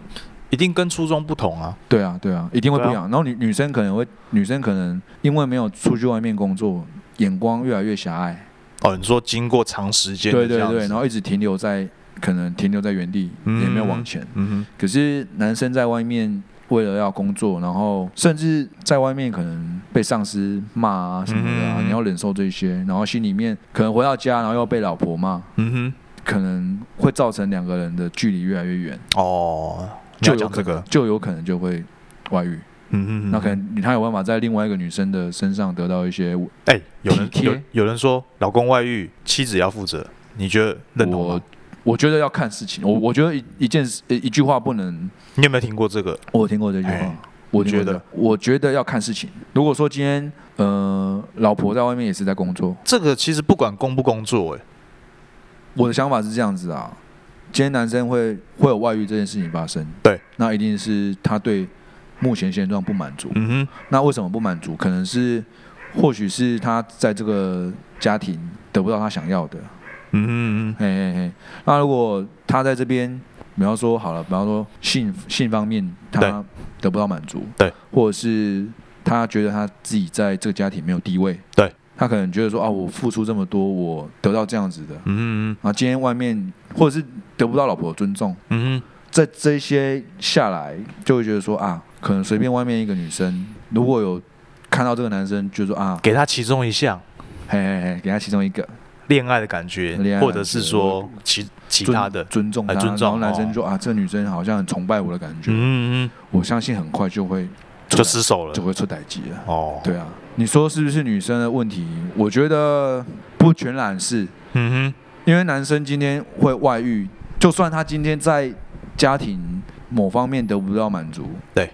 B: 一定跟初衷不同啊。
A: 对啊，对啊，一定会不一
B: 对
A: 样。然后女女生可能会，女生可能因为没有出去外面工作，眼光越来越狭隘。
B: 哦，你说经过长时间
A: 对
B: 的
A: 对
B: 这样
A: 对，
B: 子
A: 然后一直停留在可能停留在原地，
B: 嗯
A: 也没有往前。
B: 嗯
A: 可是男生在外面为了要工作，然后甚至在外面可能被上司骂啊什么的啊，
B: 嗯
A: 你要忍受这些，然后心里面可能回到家，然后又被老婆骂，
B: 哼嗯
A: 可能会造成两个人的距离越来越远，
B: 哼，哦，
A: 就有
B: 就讲
A: 可
B: 这个
A: 能，就有可能就会外遇。
B: 嗯哼嗯哼，
A: 那可能他有办法在另外一个女生的身上得到一些，
B: 哎，有人
A: 体贴
B: 有有人说老公外遇，妻子要负责，你觉得认同
A: 我
B: 吗？
A: 我觉得要看事情，我我觉得一一件事一一句话不能，
B: 你有没有听过这个？
A: 我有听过这句话
B: 哎。
A: 我
B: 你
A: 觉
B: 觉
A: 得
B: 得，
A: 我觉得要看事情。如果说今天，呃，老婆在外面也是在工作，
B: 这个其实不管工不工作、
A: 哎
B: 欸，
A: 我的想法是这样子啊，今天男生会会有外遇这件事情发生，
B: 对，
A: 那一定是他对目前现状不满足。
B: 嗯哼，
A: 那为什么不满足？可能是，或许是他在这个家庭得不到他想要的，
B: 嗯哼
A: 嘿嘿嘿。那如果他在这边，比方说好了，比方说性性方面
B: 对
A: 他得不到满足，
B: 对，
A: 或者是他觉得他自己在这个家庭没有地位，
B: 对，
A: 他可能觉得说啊，我付出这么多，我得到这样子的，
B: 嗯哼，
A: 啊，今天外面或者是得不到老婆的尊重，
B: 嗯哼，嗯哼，
A: 在这一些下来，就会觉得说啊，可能随便外面一个女生，如果有看到这个男生，就说啊，
B: 给他其中一项
A: 嘿嘿嘿，给他其中一个
B: 恋爱的感觉
A: 恋爱的，感觉
B: 或者是说其其
A: 尊
B: 他的，
A: 尊重他，
B: 哎尊重
A: 然后男生
B: 哦
A: 就啊，这女生好像很崇拜我的感觉，
B: 嗯哼嗯
A: 我相信很快就会
B: 哼，就失手
A: 就
B: 了，
A: 会出歹机了。
B: 哦，，
A: 对啊，你说是不是女生的问题？我觉得不全然是，
B: 嗯
A: 因为男生今天会外遇，就算他今天在家庭某方面得不到满足，
B: 对，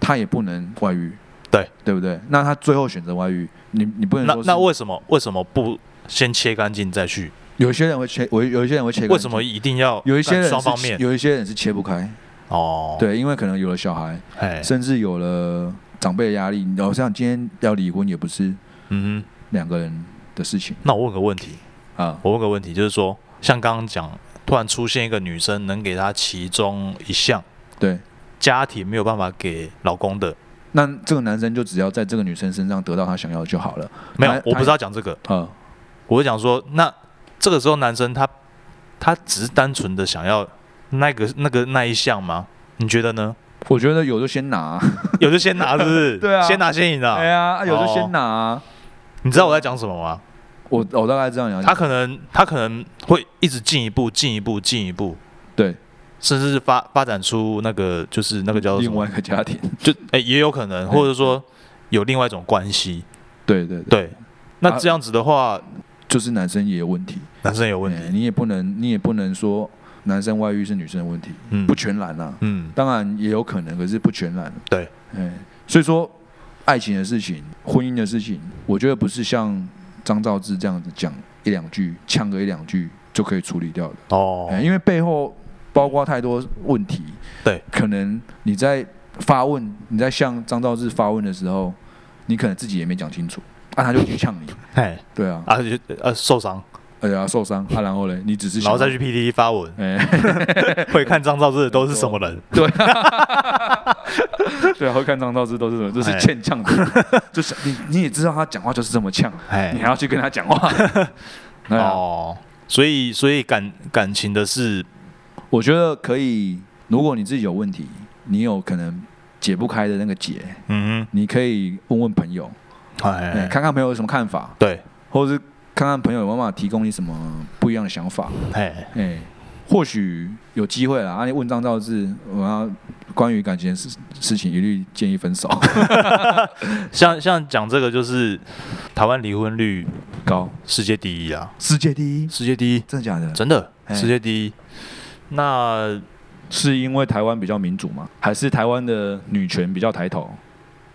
A: 他也不能外遇，
B: 对，
A: 对不对？那他最后选择外遇，你你不
B: 哼，
A: 能
B: 那
A: 说是
B: 那为什么为什么不先切干净再去？
A: 有些人会切，我有一些人会切干净，
B: 为什么一定要
A: 有一些人是
B: 双方面？
A: 有一些人是切不开，
B: 哦，，
A: 对，因为可能有了小孩，
B: 哎，
A: 甚至有了长辈的压力，然后像今天要离婚也不是
B: 嗯哼，
A: 两个人的事情
B: 那我问个问题，
A: 啊，
B: 我问个问题，就是说，像刚刚讲，突然出现一个女生能给她其中一项
A: 对。
B: 家庭没有办法给老公的，
A: 那这个男生就只要在这个女生身上得到他想要的就好了。
B: 没有
A: 他，
B: 我不是要讲这个，
A: 啊、
B: 我会讲说，那这个时候男生他他只是单纯的想要那个那个那一项吗？你觉得呢？
A: 我觉得有就先拿，
B: 有就先拿，是不
A: [LAUGHS]
B: 是？
A: 对啊
B: 先拿先赢
A: 哎
B: 啊！哦
A: 呀，啊有就先拿、
B: 你知道我在讲什么吗？
A: 我我大概知道你要
B: 他可能他可能会一直进一步，进一步，进一步，
A: 对
B: 甚至是发发展出那个就是那个叫做什
A: 另
B: 么？
A: 外一个家
B: [LAUGHS]
A: 庭，
B: 就哎、也有可能，
A: 哎
B: 或者说有另外一种关系。
A: 对对对，啊
B: 对，那这样子的话，
A: 就是男生也有问题，
B: 男生有问
A: 哎
B: 题。
A: 你也不能你也不能说男生外遇是女生的问题，
B: 嗯，
A: 不全然啊，
B: 嗯，
A: 当然也有可能，可是不全然。
B: 对，
A: 哎，所以说爱情的事情、婚姻的事情，我觉得不是像张兆志这样子讲一两句、呛个一两句就可以处理掉的。
B: 哦，
A: 哎，因为背后包括太多问题。
B: 对，
A: 可能你在发问，你在向张兆志发问的时候，你可能自己也没讲清楚，啊，他就去呛
B: [LAUGHS]
A: 你，
B: 哎，
A: 对啊，
B: 啊就呃受伤，
A: 哎呀受伤啊，然后嘞，你只是
B: 然
A: 想
B: 后再去 PTT 发文，
A: [LAUGHS] 哎，
B: 会看张兆志的都是什么人？
A: 对啊，对啊，会看张兆志都是什么，
B: 哎
A: 就是欠呛的，就是你你也知道他讲话就是这么呛，啊
B: 哎
A: 你，还要去跟他讲话， [LAUGHS] 对啊，
B: 哦，所以所以感感情的事，
A: 我觉得可以，如果你自己有问题，你有可能解不开的那个结，
B: 嗯
A: 你可以问问朋友，
B: 哼，
A: 哎，
B: 哎，
A: 看看朋友有什么看法，
B: 对，
A: 或者是看看朋友有没有办法提供你什么不一样的想法，
B: 哎，
A: 哎、或许有机会啦。啊，你问张兆志，我要关于感情的事事情一律建议分 [LAUGHS] 手，
B: 像像讲这个就是台湾离婚率
A: 高
B: 世界第一啊，
A: 世界第一，
B: 世界第一，
A: 真的假的？
B: 真的
A: 哎
B: 世界第一。那
A: 是因为台湾比较民主吗？还是台湾的女权比较抬头？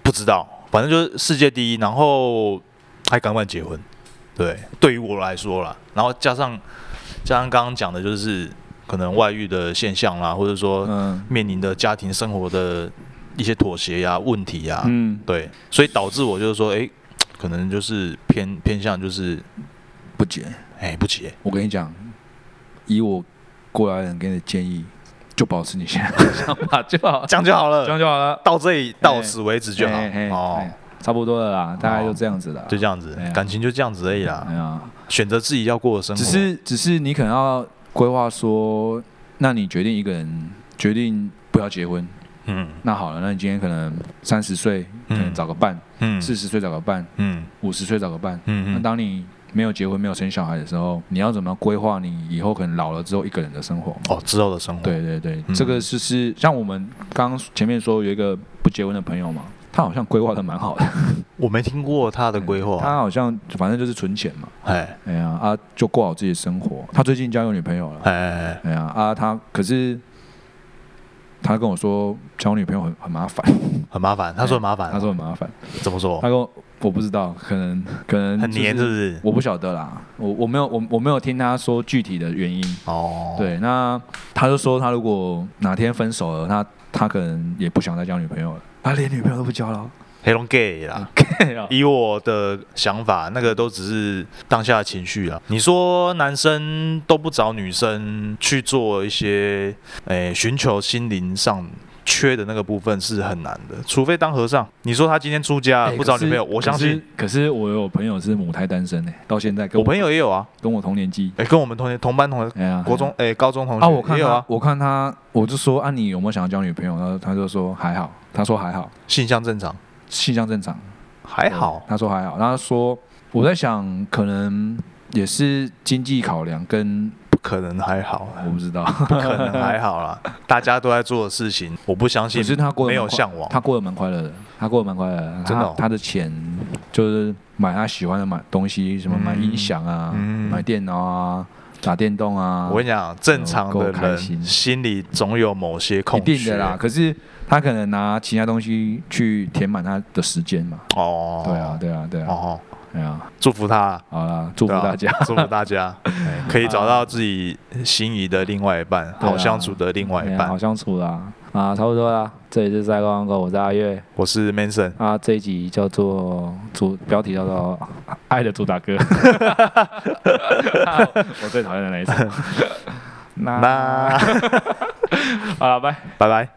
B: 不知道，反正就是世界第一，然后还敢不敢结婚？对，对于我来说啦，然后加上加上刚刚讲的，就是可能外遇的现象啦，或者说
A: 嗯
B: 面临的家庭生活的一些妥协呀、问题呀、
A: 嗯，
B: 对，所以导致我就是说，哎，可能就是偏偏向就是，
A: 不解。
B: 哎，不结，
A: 我跟你讲，以我过来人给你的建议，就保持你现在的想法就好了，
B: 这样就好
A: [LAUGHS] 这
B: 了，
A: 样就好了，
B: 到这里到此为止就好
A: 哦嘿嘿
B: 哦
A: 嘿，差不多了啦，大概就这样子了。
B: 就这样子
A: 哎呀，
B: 感情就这样子而已啦
A: 哎，呀，
B: 选择自己要过的生活，
A: 只是只是你可能要规划说，那你决定一个人决定不要结婚，
B: 嗯
A: 那好了，那你今天可能三十岁，可能
B: 嗯
A: 找个伴，
B: 嗯
A: 四十岁找个伴，
B: 嗯
A: 五十岁找个伴。
B: 嗯
A: 那
B: 嗯。
A: 当你没有结婚、没有生小孩的时候，你要怎么规划你以后可能老了之后一个人的生活？
B: 哦，之后的生活。，
A: 对对对，
B: 嗯
A: 这个是是像我们刚刚前面说有一个不结婚的朋友嘛，他好像规划的蛮好的，
B: 我没听过他的规划，
A: 他好像反正就是存钱嘛，
B: 哎
A: 哎呀啊，就过好自己的生活。他最近交有女朋友了，
B: 哎哎，
A: 哎呀啊，他可是他跟我说交女朋友很很麻烦，
B: 很麻烦。他说很麻烦，
A: 他说很麻烦，
B: 怎么说
A: 哎他？跟我我不知道，可能可能
B: 很
A: 就
B: 黏是不是？
A: 我不晓得啦，我我没有我我没有听他说具体的原因。
B: 哦，，
A: 对，那他就说他如果哪天分手了，他他可能也不想再交女朋友了，哎他连女朋友都不交 [LAUGHS] 了。
B: 黑龙 gay 啦。以我的想法，那个都只是当下的情绪啊。你说男生都不找女生去做一些，诶、寻求心灵上缺的那个部分是很难的，除非当和尚。你说他今天出家了
A: 哎
B: 不找
A: 可是
B: 女朋友，我相信。
A: 可是。可是我有朋友是母胎单身呢、欸到现在跟
B: 我
A: 我
B: 朋友也有啊，
A: 跟我同年纪。
B: 诶、跟我们同学同班同学，
A: 哎呀，
B: 国中诶、高中同学、
A: 啊，我看
B: 也有
A: 他，
B: 啊，
A: 我看他，我就说啊，你有没有想要交女朋友？然后他就说还好，他说还好，
B: 性向正常，
A: 性向正常，
B: 还好
A: 对。他说还好，然后他说我在想，可能也是经济考量跟
B: 不可能还好， [LAUGHS]
A: 我不知道，
B: 不可能还好啦。大家都在做的事情，我不相
A: [LAUGHS] 可
B: 信
A: 是他过得
B: 没
A: 蛮
B: 有
A: 快
B: 向往。
A: 他过得蛮快乐的，他过得蛮快乐的，
B: 真的哦
A: 他他的钱就是买他喜欢的买东西，什么买音响啊，
B: 嗯嗯
A: 买电脑啊，打电动啊，
B: 我跟你讲，正常的
A: 够开心
B: 人心里总有某些空
A: 一
B: 缺
A: 定的啦。可是他可能拿其他东西去填满他的时间嘛。
B: 哦，
A: 对啊，，对啊，对啊，
B: 哦，
A: 对啊，
B: 祝福他，
A: 好啦，祝福
B: 对啊 [LAUGHS]
A: 大家。，
B: 祝福大
A: [LAUGHS]
B: 家，哎可以找到自己心仪的另外一半，
A: 对啊
B: 好相处的另外
A: 哎
B: 一
A: 呀
B: 半
A: 好。相处啦，啊，差不多啦。这里是赛高安哥，我是阿月
B: 我是 Mason，
A: 啊。这一集叫做主标题叫做《爱的主打歌》，我 [LAUGHS] 最讨厌的那一首。那
B: 那 [LAUGHS]
A: 好了，拜。
B: 拜拜。